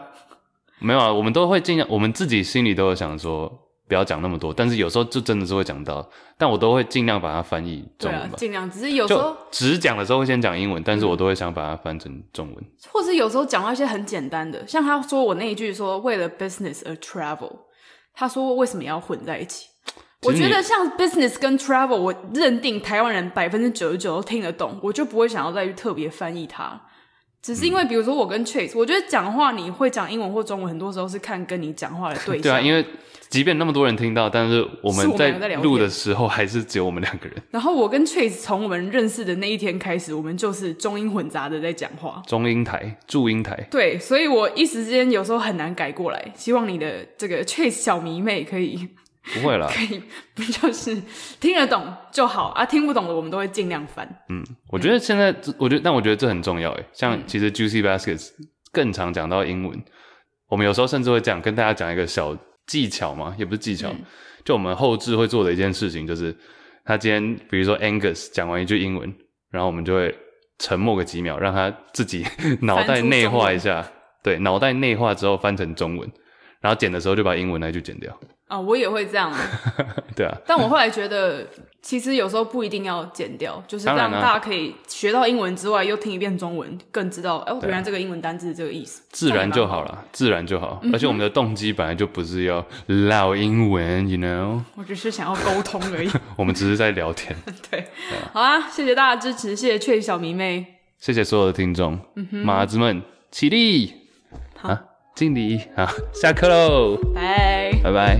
Speaker 1: 没有啊，我们都会尽量，我们自己心里都有想说不要讲那么多，但是有时候就真的是会讲到，但我都会尽量把它翻译
Speaker 2: 对
Speaker 1: 中
Speaker 2: 啊
Speaker 1: 文，吧。
Speaker 2: 尽量，只是有时
Speaker 1: 就
Speaker 2: 候，嗯
Speaker 1: 只讲的时候会先讲英文，但是我都会想把它翻成中文。
Speaker 2: 或是有时候讲到一些很简单的，像他说我那一句说为了 business而 travel，他说为什么要混在一起？
Speaker 1: 其
Speaker 2: 我
Speaker 1: 实你
Speaker 2: 觉得像 business 跟 travel，我认定台湾人百分之九十九都听得懂，我就不会想要再去特别翻译它。只是因
Speaker 1: 嗯
Speaker 2: 为，比如说我跟 Chase，、我觉得讲话你会讲英文或中文，很多时候是看跟你讲话的对象。
Speaker 1: 对啊，因为即便那么多人听到，但是我
Speaker 2: 是
Speaker 1: 们
Speaker 2: 我们两个
Speaker 1: 在
Speaker 2: 在聊
Speaker 1: 录
Speaker 2: 天
Speaker 1: 的时候还是只有我们两个人，
Speaker 2: 然后我跟 Chase 从我们认识的那一天开始，我们就是中英混杂的在讲话。
Speaker 1: 中英台、驻英台。
Speaker 2: 对，所以我一时之间有时候很难改过来。希望你的这个 Chase 小迷妹可以
Speaker 1: 不 会啦，
Speaker 2: 可以，不就是听得懂就好啊，听不懂的我们都会尽量翻。
Speaker 1: 嗯，我觉得现在这，我觉得，但我觉得这很重要诶。像其实 Juicy Baskets 更常讲到英文，我们有时候甚至会讲跟大家讲一个小技巧嘛，也不是技巧，就我们后置会做的一件事情，就是他今天比如说 Angus 讲完一句英文，然后我们就会沉默个几秒，让他自己 脑袋内化一下，对，脑袋内化之后翻成中文，然后剪的时候就把英文那句剪掉，
Speaker 2: 啊，我也会这 样，
Speaker 1: 对啊，
Speaker 2: 但我后来觉得，其实有时候不一定要剪掉，就是
Speaker 1: 当
Speaker 2: 让
Speaker 1: 然啊
Speaker 2: 大家可以学到英文之外，又听一遍中文，更知道哦，
Speaker 1: 对啊
Speaker 2: 原来这个英文单字是这个意思。
Speaker 1: 自然就
Speaker 2: 这样也蛮
Speaker 1: 好了，嗯自然就好。而且我们的动机本来就不是要唠英文，you know，
Speaker 2: 好。我只是想要沟通 而已。
Speaker 1: 我们只是在聊天。
Speaker 2: 对，好啊，谢谢大家支持，谢谢雀小迷妹，
Speaker 1: 谢谢所有的听众，马子们起立
Speaker 2: 好
Speaker 1: 啊，敬礼啊，下课喽，
Speaker 2: 拜。
Speaker 1: 拜拜。